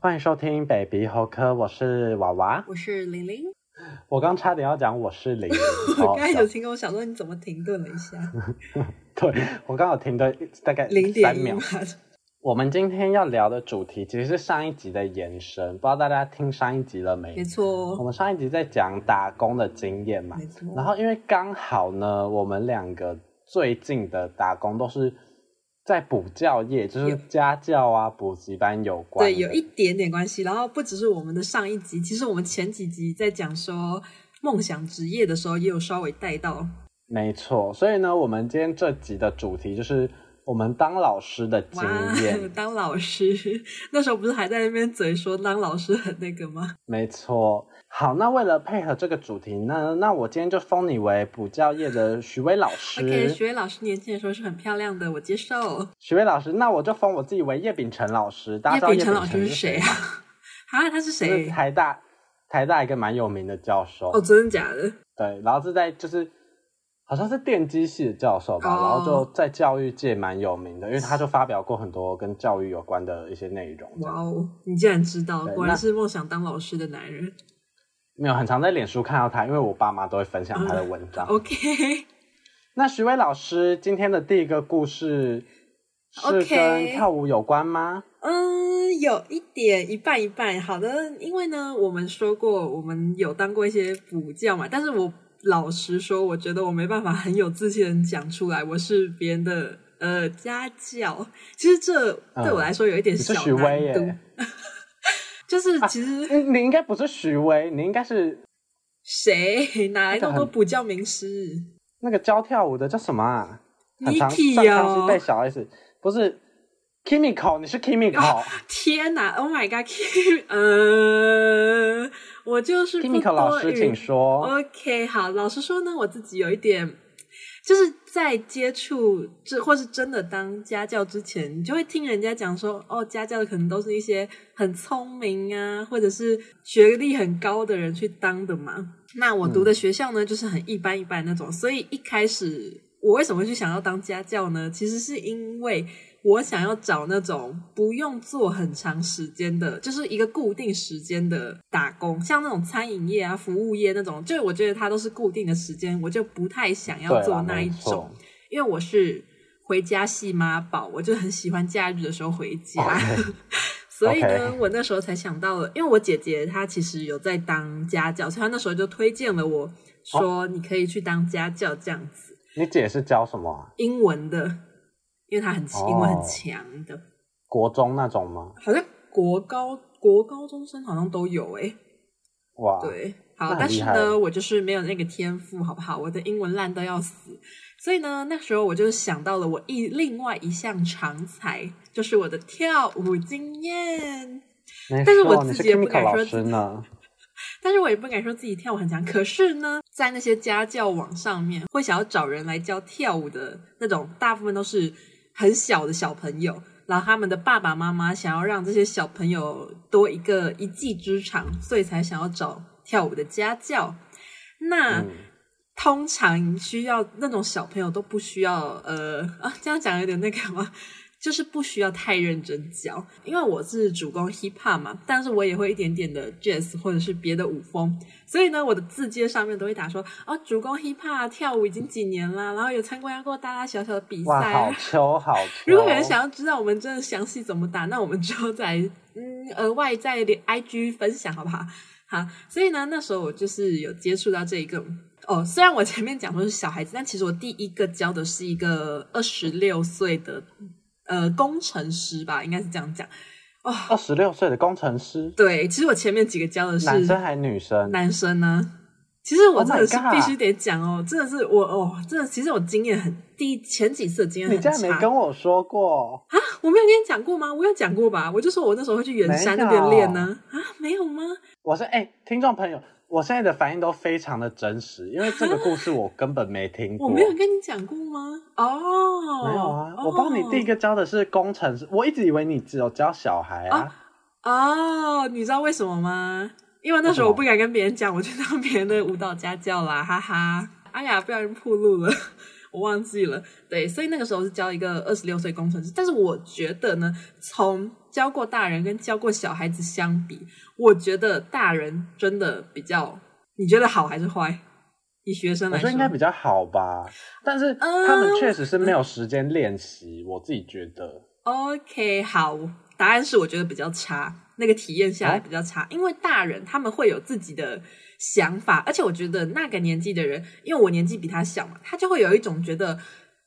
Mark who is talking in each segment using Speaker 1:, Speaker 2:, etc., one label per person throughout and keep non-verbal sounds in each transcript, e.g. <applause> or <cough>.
Speaker 1: 欢迎收听 Baby 猴科，我是娃娃。
Speaker 2: 我是玲玲，
Speaker 1: 我刚差点要讲我是零，哦
Speaker 2: <laughs> 我
Speaker 1: 好好
Speaker 2: 刚才
Speaker 1: 笑
Speaker 2: 有听，我想说你怎么停顿了一下，
Speaker 1: 对我刚好停顿大概
Speaker 2: 零
Speaker 1: 嗯三
Speaker 2: 点一
Speaker 1: 秒
Speaker 2: 嘛。，
Speaker 1: 我们今天要聊的主题其实是上一集的延伸，不知道大家听上一集了没
Speaker 2: 没？错哦
Speaker 1: 我，们上一集在讲打工的经验嘛
Speaker 2: 没，错。哦
Speaker 1: 然后因为刚好呢，我们两个最近的打工都是在补教业，就是
Speaker 2: 有
Speaker 1: 家教啊、补习班有关的。
Speaker 2: 对，有一点点关系。然后不只是我们的上一集，其实我们前几集在讲说梦想职业的时候，也有稍微带到。
Speaker 1: 没错，所以呢，我们今天这集的主题就是我们当老师的经
Speaker 2: 哇哦
Speaker 1: 验。，
Speaker 2: <laughs> 当老师那时候不是还在那边嘴说当老师很那个吗？
Speaker 1: 没错。好，那为了配合这个主题呢，那我今天就封你为补教业的徐威老师。
Speaker 2: <laughs> OK，学位老师年轻的时候是很漂亮的，我接受。
Speaker 1: 徐威老师，那我就封我自己为叶秉成老师。大家知道
Speaker 2: 叶
Speaker 1: 叶
Speaker 2: 秉
Speaker 1: 秉
Speaker 2: 老师
Speaker 1: 是
Speaker 2: 谁
Speaker 1: 吗
Speaker 2: 啊？？ <laughs> 啊，他是
Speaker 1: 就是
Speaker 2: 谁？
Speaker 1: 台大台大一个蛮有名的教授。
Speaker 2: 哦，真的假的？
Speaker 1: 对，然后是在就是好像是电机系的教授吧，
Speaker 2: 哦
Speaker 1: 然后就在教育界蛮有名的，因为他就发表过很多跟教育有关的一些内容。这样
Speaker 2: 哇哦，你竟然知道，
Speaker 1: 对
Speaker 2: 果
Speaker 1: 那
Speaker 2: 然是梦想当老师的男人。
Speaker 1: 没有很常在脸书看到他，因为我爸妈都会分享他的文章。
Speaker 2: OK， <laughs>
Speaker 1: 那徐威老师今天的第一个故事是
Speaker 2: OK
Speaker 1: 跟跳舞有关吗
Speaker 2: 嗯，有一点一半一半。好的，因为呢，我们说过我们有当过一些补教嘛，但是我老实说，我觉得我没办法很有自信的讲出来，我是别人的呃家教。其实这
Speaker 1: 嗯
Speaker 2: 对我来说有一点
Speaker 1: 你是
Speaker 2: 小嗯
Speaker 1: 许
Speaker 2: 难
Speaker 1: 巍耶啊
Speaker 2: 度，就是其实
Speaker 1: 你你应该不是徐威，你应该是
Speaker 2: 谁哪来那
Speaker 1: <laughs> 那
Speaker 2: 么
Speaker 1: 个
Speaker 2: 多
Speaker 1: 很
Speaker 2: 补教名师？
Speaker 1: 那个教跳舞的叫什么啊？很常
Speaker 2: Niki
Speaker 1: 上康熙
Speaker 2: 哦
Speaker 1: 被小 S 不是 Kimiko，你是
Speaker 2: 啊
Speaker 1: Kimiko，Kimiko、
Speaker 2: 天哪！Oh my god！呃，我就是不
Speaker 1: Kimiko 老
Speaker 2: 多
Speaker 1: 师，
Speaker 2: 语
Speaker 1: 请说。
Speaker 2: OK，好，老实说呢，我自己有一点，就是在接触这或是真的当家教之前，你就会听人家讲说，哦，家教的可能都是一些很聪明啊，或者是学历很高的人去当的嘛。那我
Speaker 1: 嗯
Speaker 2: 读的学校呢，就是很一般一般那种，所以一开始我为什么会去想要当家教呢？其实是因为。我想要找那种不用做很长时间的，就是一个固定时间的打工，像那种餐饮业啊、服务业那种，就我觉得它都是固定的时间，我就不太想哦要
Speaker 1: 对
Speaker 2: 做
Speaker 1: 啦，
Speaker 2: 那一
Speaker 1: 没
Speaker 2: 种
Speaker 1: 错。。
Speaker 2: 因为我是回家系妈宝，我就很喜欢假日的时候回家
Speaker 1: OK
Speaker 2: <laughs> 所以呢
Speaker 1: 哦 OK
Speaker 2: 我那时候才想到了，因为我姐姐她其实有在当家教，所以她那时候就推荐了我
Speaker 1: 哦
Speaker 2: 说你可以去当家教这样子，
Speaker 1: 你姐是教什么啊、
Speaker 2: 英文的，因为她很
Speaker 1: 哦
Speaker 2: 英文很强的，
Speaker 1: 国中那种吗？
Speaker 2: 好像国高国高中生好像都有欸诶、
Speaker 1: 哇，
Speaker 2: 对，好
Speaker 1: 那，很
Speaker 2: 但
Speaker 1: 厉
Speaker 2: 是
Speaker 1: 害
Speaker 2: 呢，我就是没有那个天赋，好不好？我的英文烂到要死，所以呢，那时候我就想到了我一另外一项长才，就是我的跳舞经验。
Speaker 1: 没
Speaker 2: 但是
Speaker 1: 错
Speaker 2: 我
Speaker 1: 你
Speaker 2: 自
Speaker 1: 是
Speaker 2: 己也不
Speaker 1: Kimiko
Speaker 2: 敢
Speaker 1: 老
Speaker 2: 说
Speaker 1: 师
Speaker 2: 自己
Speaker 1: 呢。
Speaker 2: 但是我也不敢说自己跳舞很强。可是呢，在那些家教网上面，会想要找人来教跳舞的那种，大部分都是很小的小朋友，然后他们的爸爸妈妈想要让这些小朋友多一个一技之长，所以才想要找跳舞的家教。那、
Speaker 1: 嗯
Speaker 2: 通常需要那种小朋友都不需要，呃 <laughs> 啊，这样讲有点那个吗？ <laughs> 就是不需要太认真教，因为我是主攻 hip hop 嘛，但是我也会一点点的 jazz 或者是别的舞风，所以呢，我的字节上面都会打说，哦，主攻 hip hop 跳舞已经几年啦，然后有参加过大大小小的比赛
Speaker 1: 哇，好
Speaker 2: 啊。
Speaker 1: 秋好秋。
Speaker 2: 如果有人想要知道我们真的详细怎么打，那我们之后再嗯额外再连 IG 分享好不好？好，所以呢，那时候我就是有接触到这一个哦。虽然我前面讲说是小孩子，但其实我第一个教的是一个二十六岁的呃工程师吧，应该是这样讲。
Speaker 1: 二哦十六岁的工程师，
Speaker 2: 对，其实我前面几个教的是
Speaker 1: 男生还女生？
Speaker 2: 男生呢、其实我
Speaker 1: Oh
Speaker 2: 真
Speaker 1: my
Speaker 2: 的是
Speaker 1: God
Speaker 2: 必须得讲哦真的是我哦，真的其实我经验很第一前几次的经验
Speaker 1: 你
Speaker 2: 很
Speaker 1: 竟
Speaker 2: 差。
Speaker 1: 然没跟我说过，
Speaker 2: 我没有跟你讲过吗？我有讲过吧？我就说我那时候会去圆山那边练呢、啊。没有吗？
Speaker 1: 我是哎、听众朋友，我现在的反应都非常的真实，因为这个故事我根本没听过。
Speaker 2: 啊我没有跟你讲过吗？哦，
Speaker 1: 没有啊，我帮你第一
Speaker 2: 个。
Speaker 1: 个教的是工程师，我一直以为你只有教小孩啊。
Speaker 2: 哦，你知道为什么吗？因为那时候我不敢跟别人讲，我去当别人的舞蹈家教啦，哈哈。哎呀，不小心暴露了。我忘记了。对，所以那个时候是教一个二十六岁工程师，但是我觉得呢，从教过大人跟教过小孩子相比，我觉得大人真的比较，你觉得好还是坏？以学生
Speaker 1: 我
Speaker 2: 来
Speaker 1: 觉得应该比较好吧，但是
Speaker 2: 啊
Speaker 1: 他们确实是没有时间练
Speaker 2: 嗯
Speaker 1: 习，我自己觉得。
Speaker 2: OK，好，答案是我觉得比较差，那个体验下来
Speaker 1: 哦
Speaker 2: 比较差，因为大人他们会有自己的想法，而且我觉得那个年纪的人，因为我年纪比他小嘛，他就会有一种觉得，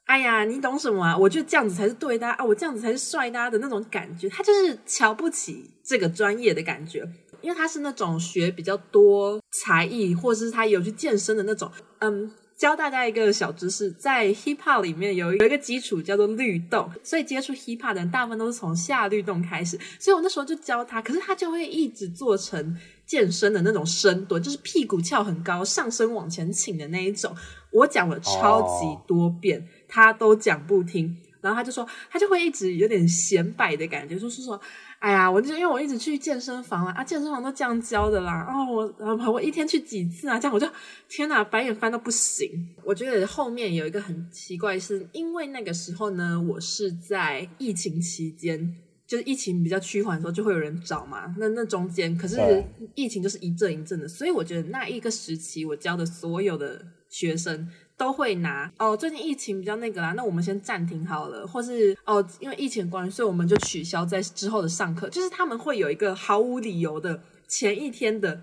Speaker 2: 哎呀，你懂什么啊？我觉得这样子才是对的啊，啊我这样子才是帅的、啊、的那种感觉，他就是瞧不起这个专业的感觉。因为他是那种学比较多才艺，或者是他有去健身的那种，嗯，教大家一个小知识，在 hip hop 里面有一有一个基础叫做律动，所以接触 hip hop 的人大部分都是从下律动开始，所以我那时候就教他，可是他就会一直做成健身的那种深蹲，就是屁股翘很高，上身往前倾的那一种。我讲了超级多遍他都讲不听，然后他就说，他就会一直有点显摆的感觉，就是说。哎呀，我就因为我一直去健身房啦，啊，健身房都这样教的啦，哦，我呃我一天去几次啊，这样我就天哪，白眼翻到不行。我觉得后面有一个很奇怪是，因为那个时候呢，我是在疫情期间，就是疫情比较趋缓的时候，就会有人找嘛，那那中间可是
Speaker 1: 对
Speaker 2: 疫情就是一阵一阵的，所以我觉得那一个时期我教的所有的学生。都会拿哦，最近疫情比较那个啦，那我们先暂停好了，或是哦，因为疫情关系，所以我们就取消在之后的上课。就是他们会有一个毫无理由的前一天的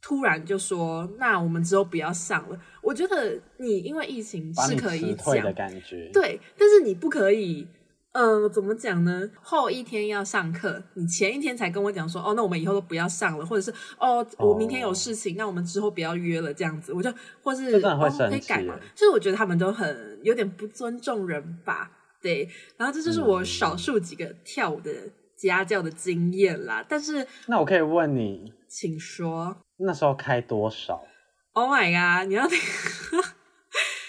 Speaker 2: 突然就说，那我们之后不要上了。我觉得你因为疫情
Speaker 1: 把
Speaker 2: 是
Speaker 1: 你
Speaker 2: 可以
Speaker 1: 辞
Speaker 2: 讲
Speaker 1: 退的感觉，
Speaker 2: 对，但是你不可以，呃，怎么讲呢？后一天要上课，你前一天才跟我讲说，哦，那我们以后都不要上了，或者是哦，我明天有事情，那我们之后不要约了，这样子，我就或是
Speaker 1: 这真的会
Speaker 2: 哦
Speaker 1: 生
Speaker 2: 可以改嘛
Speaker 1: 气耶？
Speaker 2: 就是我觉得他们都很有点不尊重人吧，对。然后这就是我
Speaker 1: 嗯
Speaker 2: 少数几个跳舞的家教的经验啦，但是
Speaker 1: 那我可以问你，
Speaker 2: 请说
Speaker 1: 那时候开多少？
Speaker 2: ，Oh my god，你要听。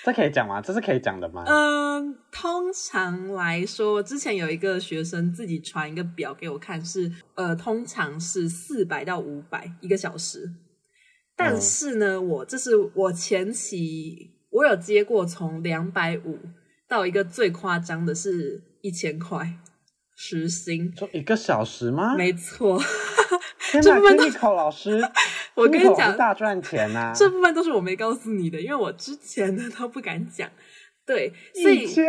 Speaker 1: 这可以讲吗？这是可以讲的吗？
Speaker 2: 嗯，通常来说，之前有一个学生自己传一个表给我看是，呃，通常是四百到五百一个小时。但
Speaker 1: 嗯
Speaker 2: 是呢，我这是我前期我有接过从两百五到一个最夸张的是一千块时薪，
Speaker 1: 就一个小时吗？
Speaker 2: 没错。
Speaker 1: 天
Speaker 2: 这
Speaker 1: 哪
Speaker 2: 部分都
Speaker 1: ，Kiko 老师，
Speaker 2: <laughs> 我跟你
Speaker 1: Kiko 老
Speaker 2: 讲
Speaker 1: 师，大赚钱呐、啊！
Speaker 2: 这部分都是我没告诉你的，因为我之前呢都不敢讲。对，所以
Speaker 1: 一千，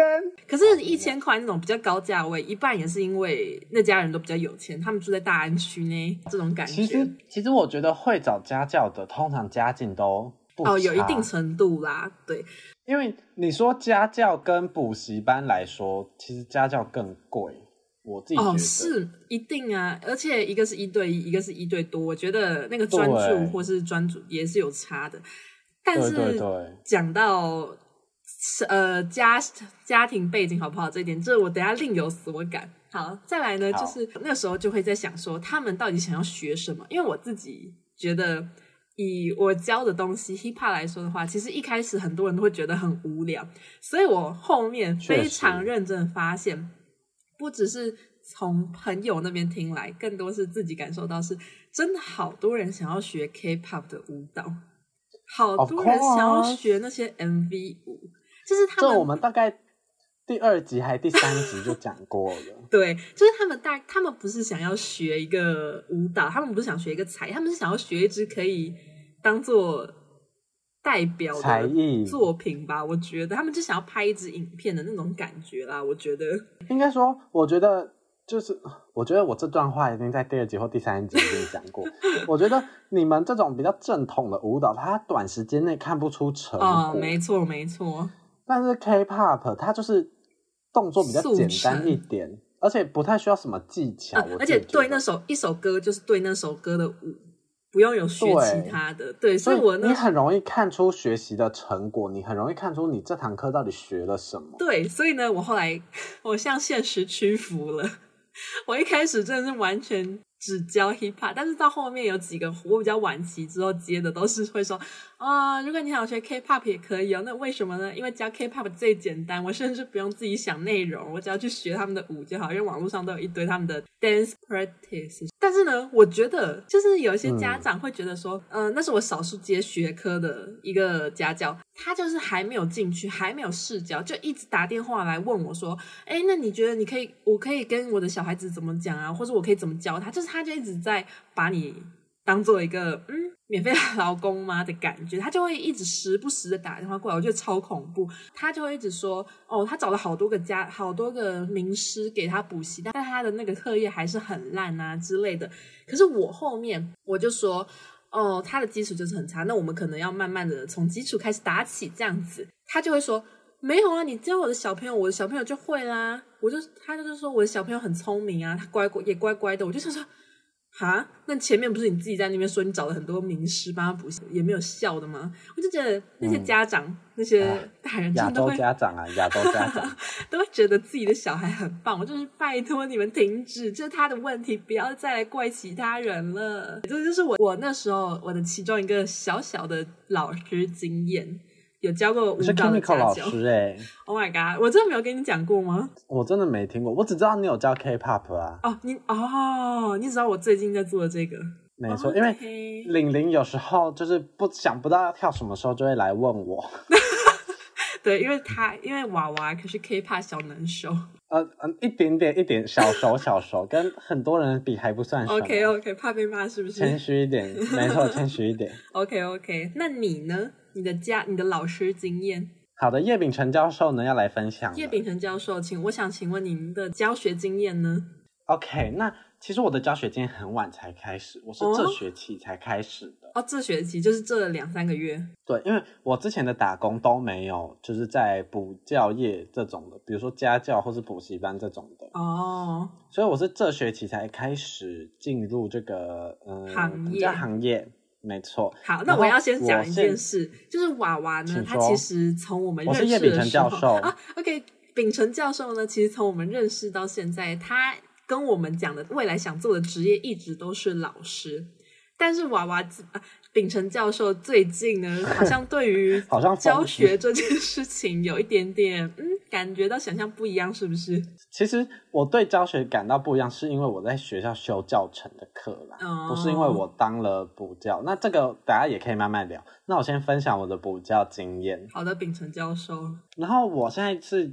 Speaker 2: 可是，一千块那种比较高价位，一半也是因为那家人都比较有钱，他们住在大安区呢，这种感
Speaker 1: 其
Speaker 2: 觉
Speaker 1: 实其实我觉得会找家教的，通常家境都不
Speaker 2: 哦，有一
Speaker 1: 差
Speaker 2: 定程度啦，对，
Speaker 1: 因为你说家教跟补习班来说，其实家教更贵，我自己觉得。
Speaker 2: 哦，是一定啊，而且一个是一对一，一个是一对多，我觉得那个专注
Speaker 1: 对
Speaker 2: 或是专注也是有差的，但
Speaker 1: 对对
Speaker 2: 是
Speaker 1: 对，
Speaker 2: 讲到呃家家庭背景好不好这一点，这我等一下另有所感。好，再来呢，就
Speaker 1: 好
Speaker 2: 是那时候就会在想说，他们到底想要学什么？因为我自己觉得，以我教的东西 hiphop 来说的话，其实一开始很多人都会觉得很无聊，所以我后面
Speaker 1: 确
Speaker 2: 非
Speaker 1: 实
Speaker 2: 常认真地发现，不只是从朋友那边听来，更多是自己感受到是，真的好多人想要学 K-pop 的舞蹈，好
Speaker 1: Of
Speaker 2: 多人想要
Speaker 1: course
Speaker 2: 学那些 MV 舞，就是他
Speaker 1: 这
Speaker 2: 们。
Speaker 1: 我们大概第二集还第三集就讲过了
Speaker 2: <laughs> 对，就是他们大，他们不是想要学一个舞蹈，他们不是想学一个才艺，他们是想要学一支可以当做代表的
Speaker 1: 才艺
Speaker 2: 作品吧。我觉得他们就想要拍一支影片的那种感觉啦。我觉得
Speaker 1: 应该说，我觉得就是，我觉得我这段话已经在第二集或第三集已经讲
Speaker 2: <laughs>
Speaker 1: 过。我觉得你们这种比较正统的舞蹈，它短时间内看不出成
Speaker 2: 啊、
Speaker 1: 果，
Speaker 2: 没错，没错，
Speaker 1: 但是 K-pop 它就是动作比较
Speaker 2: 速
Speaker 1: 简
Speaker 2: 成
Speaker 1: 单一点，而且不太需要什么技巧。
Speaker 2: 啊
Speaker 1: 我
Speaker 2: 而
Speaker 1: 自
Speaker 2: 且
Speaker 1: 己觉
Speaker 2: 对
Speaker 1: 得
Speaker 2: 那首一首歌就是对那首歌的舞，不用有学
Speaker 1: 对
Speaker 2: 其他的。对，所
Speaker 1: 所
Speaker 2: 以
Speaker 1: 以
Speaker 2: 我
Speaker 1: 你
Speaker 2: 那
Speaker 1: 很容易看出学习的成果，你很容易看出你这堂课到底学了什么。
Speaker 2: 对，所以呢，我后来我向现实屈服了。我一开始真的是完全只教 hip hop，但是到后面有几个我比较晚期之后接的都是会说啊、如果你想学 K-pop 也可以哦，那为什么呢？因为教 K-pop 最简单，我甚至不用自己想内容，我只要去学他们的舞就好，因为网络上都有一堆他们的 dance practice。但是呢，我觉得就是有一些家长会觉得说，嗯、那是我少数接学科的一个家教，他就是还没有进去，还没有试教，就一直打电话来问我说，哎，那你觉得你可以，我可以跟我的小孩子怎么讲啊，或者我可以怎么教他？就是他就一直在把你当做一个嗯免费劳工吗的感觉，他就会一直时不时的打电话过来，我觉得超恐怖。他就会一直说哦，他找了好多个家，好多个名师给他补习，但但他的那个课业还是很烂啊之类的。可是我后面我就说。哦，他的基础就是很差，那我们可能要慢慢的从基础开始打起，这样子，他就会说没有啊，你教我的小朋友，我的小朋友就会啦。我就他就是说我的小朋友很聪明啊，他乖乖也乖乖的。我就想说，哈，那前面不是你自己在那边说你找了很多名师帮他补习，也没有效的吗？我就觉得那些家长、那些
Speaker 1: 哎
Speaker 2: 大人
Speaker 1: 嗯亚
Speaker 2: 真的
Speaker 1: 洲
Speaker 2: 会
Speaker 1: 家长啊，亚洲家
Speaker 2: <laughs>
Speaker 1: 长，
Speaker 2: 都会觉得自己的小孩很棒。我就是拜托你们停止，这是他的问题，不要再来怪其他人了。这就是我我那时候我的其中一个小小的老师经验，有教过舞
Speaker 1: 你是
Speaker 2: 蹈的
Speaker 1: Kimiko
Speaker 2: 家
Speaker 1: 老
Speaker 2: 教。
Speaker 1: 师哎、
Speaker 2: Oh my god！我真的没有跟你讲过吗？
Speaker 1: 我真的没听过，我只知道你有教 K-pop 啊，
Speaker 2: 哦，你哦，你知道我最近在做的这个，
Speaker 1: 没错，因为
Speaker 2: OK
Speaker 1: 玲玲有时候就是不想不到要跳什么时候就会来问我，
Speaker 2: 对，因为他因为娃娃可是 K-pop 小能手。
Speaker 1: 呃嗯，一点点一点小熟小熟，跟很多人比还不算什么。
Speaker 2: OK OK，怕被骂是不是？
Speaker 1: 谦虚一点，没错，谦虚一点。
Speaker 2: OK OK，那你呢？你的家，你的老师经验？
Speaker 1: 好的，叶秉辰教授呢要来分享了。
Speaker 2: 叶秉辰教授，请我想请问您的教学经验呢？
Speaker 1: OK，那其实我的教学经验很晚才开始，我是
Speaker 2: 哦
Speaker 1: 这学期才开始的。
Speaker 2: 哦，这学期就是这两三个月。
Speaker 1: 对，因为我之前的打工都没有，就是在补教业这种的，比如说家教或是补习班这种的，
Speaker 2: 哦，
Speaker 1: 所以我是这学期才开始进入这个嗯
Speaker 2: 行业
Speaker 1: 家行业，没错。
Speaker 2: 好，那
Speaker 1: 然后
Speaker 2: 我要先讲一件
Speaker 1: 我是
Speaker 2: 事，就是娃娃呢，
Speaker 1: 请
Speaker 2: 他
Speaker 1: 说
Speaker 2: 其实从我们
Speaker 1: 我是
Speaker 2: 认识
Speaker 1: 叶秉
Speaker 2: 的
Speaker 1: 辰
Speaker 2: 时
Speaker 1: 教
Speaker 2: 候
Speaker 1: 授
Speaker 2: 啊，OK，秉辰教授呢，其实从我们认识到现在，他跟我们讲的未来想做的职业一直都是老师，但是娃娃啊，秉辰教授最近呢，好像对于
Speaker 1: <laughs> 好像疯
Speaker 2: 教学这件事情有一点点，嗯，感觉到想象不一样，是不是？
Speaker 1: 其实我对教学感到不一样，是因为我在学校修教程的课啦，
Speaker 2: 哦
Speaker 1: 不是因为我当了补教。那这个大家也可以慢慢聊。那我先分享我的补教经验。
Speaker 2: 好的，秉辰教授，
Speaker 1: 然后我现在是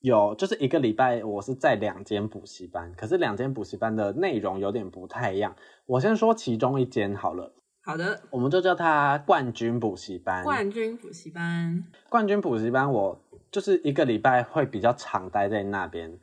Speaker 1: 有，就是一个礼拜我是在两间补习班，可是两间补习班的内容有点不太一样。我先说其中一间好了，
Speaker 2: 好的，
Speaker 1: 我们就叫它冠军补习班。
Speaker 2: 冠军补习班，
Speaker 1: 冠军补习班，我就是一个礼拜会比较常待在那边，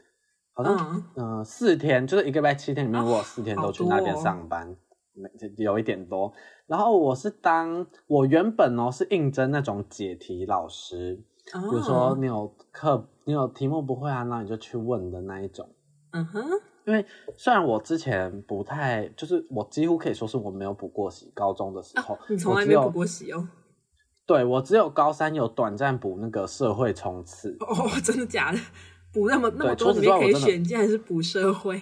Speaker 1: 好像
Speaker 2: 嗯，
Speaker 1: 嗯，四天就是一个礼拜七天里面，
Speaker 2: 啊
Speaker 1: 我有四天都去
Speaker 2: 好多
Speaker 1: 那
Speaker 2: 哦
Speaker 1: 边上班，没
Speaker 2: 嗯
Speaker 1: 有一点多。然后我是当我原本哦是应征那种解题老师，
Speaker 2: 哦
Speaker 1: 比如说，你有课你有题目不会啊，那你就去问的那一种。
Speaker 2: 嗯哼，
Speaker 1: 因为虽然我之前不太，就是我几乎可以说是我没有补过习，高中的时候，
Speaker 2: 啊，你从
Speaker 1: 我
Speaker 2: 来没
Speaker 1: 只
Speaker 2: 有补
Speaker 1: 有
Speaker 2: 过习哦，
Speaker 1: 对我只有高三有短暂补那个社会冲刺，
Speaker 2: 哦，真的假的？补那么那么
Speaker 1: 对
Speaker 2: 多
Speaker 1: 除此
Speaker 2: 里
Speaker 1: 之
Speaker 2: 面
Speaker 1: 外
Speaker 2: 可
Speaker 1: 我
Speaker 2: 以
Speaker 1: 真的
Speaker 2: 选，你竟然是补社会？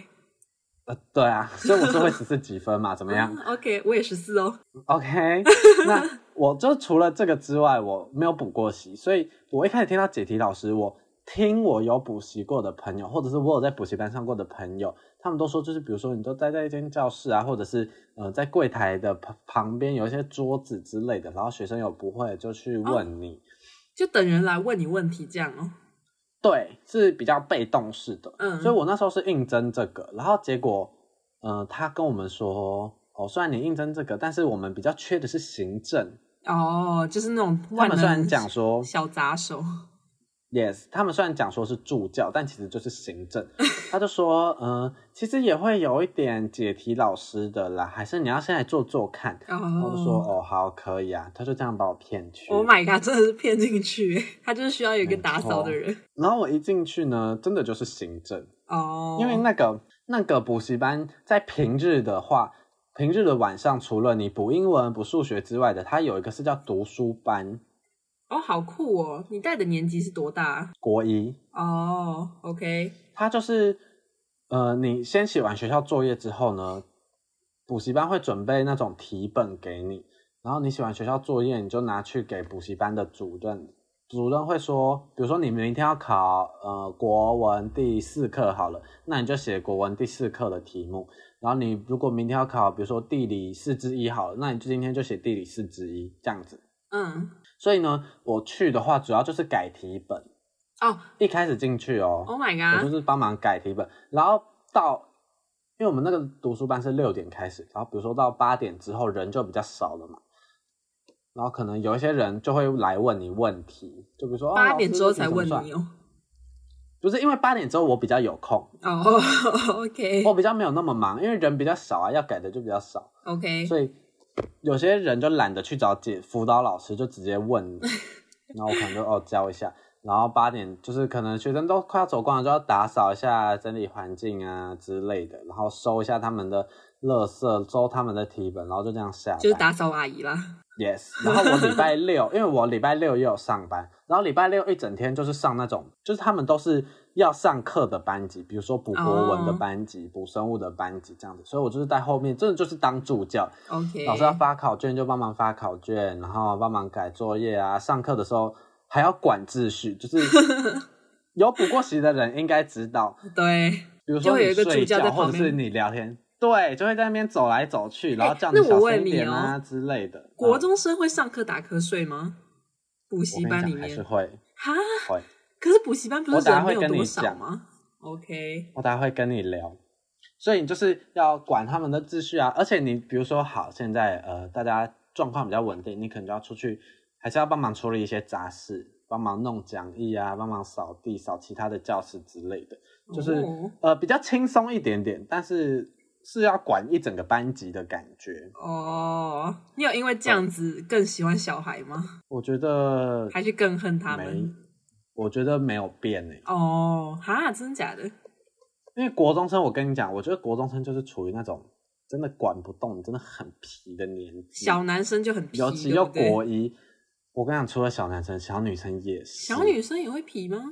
Speaker 1: 呃，对啊，所以我是会十四几分嘛，怎么样？
Speaker 2: 啊？OK，我也十四哦。
Speaker 1: OK，那我就除了这个之外，我没有补过习，所以我一开始听到解题老师，我听我有补习过的朋友，或者是我有在补习班上过的朋友，他们都说，就是比如说你都待在一间教室啊，或者是呃在柜台的旁旁边有一些桌子之类的，然后学生有不会的就去问你，
Speaker 2: 就等人来问你问题这样哦。
Speaker 1: 对，是比较被动式的。
Speaker 2: 嗯
Speaker 1: 所以我那时候是应征这个，然后结果，呃，他跟我们说，哦，虽然你应征这个，但是我们比较缺的是行政。
Speaker 2: 哦，就是那种
Speaker 1: 他
Speaker 2: 万
Speaker 1: 们虽然
Speaker 2: 能
Speaker 1: 讲说
Speaker 2: 小杂哦手，
Speaker 1: Yes，他们虽然讲说是助教，但其实就是行
Speaker 2: <laughs>
Speaker 1: 政。他就说，嗯、其实也会有一点解题老师的啦，还是你要先来做做看。然后我就说，
Speaker 2: 哦
Speaker 1: 哦，好，可以啊。他就这样把我骗去。
Speaker 2: ，Oh my god，真的是骗进去，他就是需要有一个打扫的人
Speaker 1: 然后我一进去呢，真的就是行政，
Speaker 2: 哦，
Speaker 1: 因为那个那个补习班在平日的话，平日的晚上除了你补英文、补数学之外的，它有一个是叫读书班，
Speaker 2: 哦好酷哦，你带的年级是多大？啊
Speaker 1: 国一。
Speaker 2: 哦，OK，
Speaker 1: 它就是，呃，你先写完学校作业之后呢，补习班会准备那种题本给你，然后你写完学校作业，你就拿去给补习班的主任。主任会说，比如说你明天要考呃国文第四课好了，那你就写国文第四课的题目。然后你如果明天要考，比如说地理四之一好了，那你就今天就写地理四之一这样子。
Speaker 2: 嗯，
Speaker 1: 所以呢，我去的话主要就是改题本。
Speaker 2: 哦
Speaker 1: 一开始进去哦，
Speaker 2: ，Oh my
Speaker 1: 我
Speaker 2: god，
Speaker 1: 就是帮忙改题本，然后到，因为我们那个读书班是六点开始，然后比如说到八点之后人就比较少了嘛，然后可能有一些人就会来问你问题，就比如说哦
Speaker 2: 八
Speaker 1: 老
Speaker 2: 点
Speaker 1: 师
Speaker 2: 之后
Speaker 1: 这题
Speaker 2: 才
Speaker 1: 怎么
Speaker 2: 问
Speaker 1: 算
Speaker 2: 你哦。
Speaker 1: 不是因为八点之后我比较有空，
Speaker 2: 哦 <laughs> ，OK
Speaker 1: 我比较没有那么忙，因为人比较少啊，要改的就比较少，
Speaker 2: OK，
Speaker 1: 所以有些人就懒得去找解辅导老师，就直接
Speaker 2: <laughs>
Speaker 1: 问你，然后我可能就哦教一下，然后八点就是可能学生都快要走光了，就要打扫一下、整理环境啊之类的，然后收一下他们的垃圾，收他们的题本，然后就这样下班。
Speaker 2: 就是打扫阿姨啦。
Speaker 1: Yes，然后我礼拜六，因为我礼拜六也有上班，然后礼拜六一整天就是上那种，就是他们都是要上课的班级，比如说补国文的
Speaker 2: 哦
Speaker 1: 班级、补、生物的班级这样子，所以我就是在后面，真的就是当助教，
Speaker 2: OK，
Speaker 1: 老师要啊发考卷就帮忙发考卷，然后帮忙改作业啊，上课的时候还要管秩序，就是
Speaker 2: <laughs>
Speaker 1: 有补过习的人应该知道，
Speaker 2: 对，
Speaker 1: 比如
Speaker 2: 就
Speaker 1: 说
Speaker 2: 会有
Speaker 1: 你
Speaker 2: 一个
Speaker 1: 睡
Speaker 2: 助教在
Speaker 1: 觉
Speaker 2: 旁
Speaker 1: 或者
Speaker 2: 边
Speaker 1: 是你聊天，对，就会在那边走来走去，然后
Speaker 2: 哎
Speaker 1: 叫
Speaker 2: 那我
Speaker 1: 小
Speaker 2: 问
Speaker 1: 声一
Speaker 2: 你
Speaker 1: 点啊、
Speaker 2: 哦
Speaker 1: 之类的。
Speaker 2: 国
Speaker 1: 嗯
Speaker 2: 中生会上课打瞌睡吗？补
Speaker 1: 我
Speaker 2: 习
Speaker 1: 跟你
Speaker 2: 班
Speaker 1: 讲
Speaker 2: 里
Speaker 1: 还是
Speaker 2: 面
Speaker 1: 会
Speaker 2: 哈，
Speaker 1: 会，
Speaker 2: 可是补习班不
Speaker 1: 我
Speaker 2: 是
Speaker 1: 等下
Speaker 2: 人没
Speaker 1: 会
Speaker 2: 有
Speaker 1: 跟你
Speaker 2: 多少
Speaker 1: 讲
Speaker 2: 吗？OK，
Speaker 1: 我待会跟你聊。所以你就是要管他们的秩序啊，而且你比如说好，现在呃大家状况比较稳定，你可能就要出去，还是要帮忙处理一些杂事，帮忙弄讲义啊，帮忙扫地、扫其他的教室之类的，就是、
Speaker 2: 哦
Speaker 1: 呃比较轻松一点点，但是是要管一整个班级的感觉。
Speaker 2: 哦，你有因为这样子更喜欢小孩吗？
Speaker 1: 我觉得
Speaker 2: 还是更恨他
Speaker 1: 没
Speaker 2: 们？，
Speaker 1: 我觉得没有变呢、欸
Speaker 2: 哦，哈，真的假的？
Speaker 1: 嗯因为国中生，我跟你讲，我觉得国中生就是处于那种真的管不动、真的很皮的年纪，
Speaker 2: 小男生就很皮，
Speaker 1: 尤其
Speaker 2: 对
Speaker 1: 又
Speaker 2: 不对
Speaker 1: 国一。我跟你讲，除了小男生，小女生也是。
Speaker 2: 小女生也会皮吗？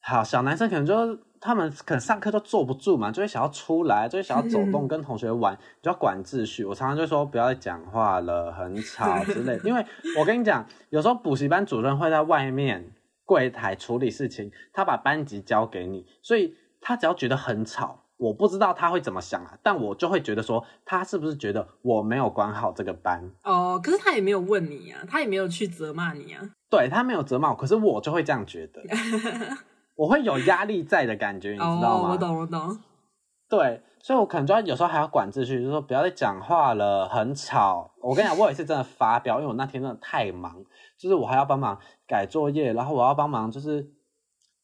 Speaker 1: 好，小男生可能就是他们可能上课都坐不住嘛，就会想要出来，就会想要走动，
Speaker 2: <laughs> 嗯
Speaker 1: 跟同学玩，你就要管秩序。我常常就说不要再讲话了，很
Speaker 2: <laughs>
Speaker 1: 吵之类的。因为我跟你讲，有时候补习班主任会在外面柜台处理事情，他把班级交给你，所以他只要觉得很吵。我不知道他会怎么想啊，但我就会觉得说，他是不是觉得我没有管好这个班？
Speaker 2: 哦，可是他也没有问你啊，他也没有去责骂你啊。
Speaker 1: 对他没有责骂我，可是我就会这样觉
Speaker 2: <laughs>
Speaker 1: 得，我会有压力在的感觉，你知道
Speaker 2: 哦
Speaker 1: 吗？，
Speaker 2: 我懂，我懂。
Speaker 1: 对，所以我可能就要有时候还要管秩序，就是说不要再讲话了，很吵。我跟你讲，我有一次真的发飙，因为我那天真的太忙，就是我还要帮忙改作业，然后我要帮忙就是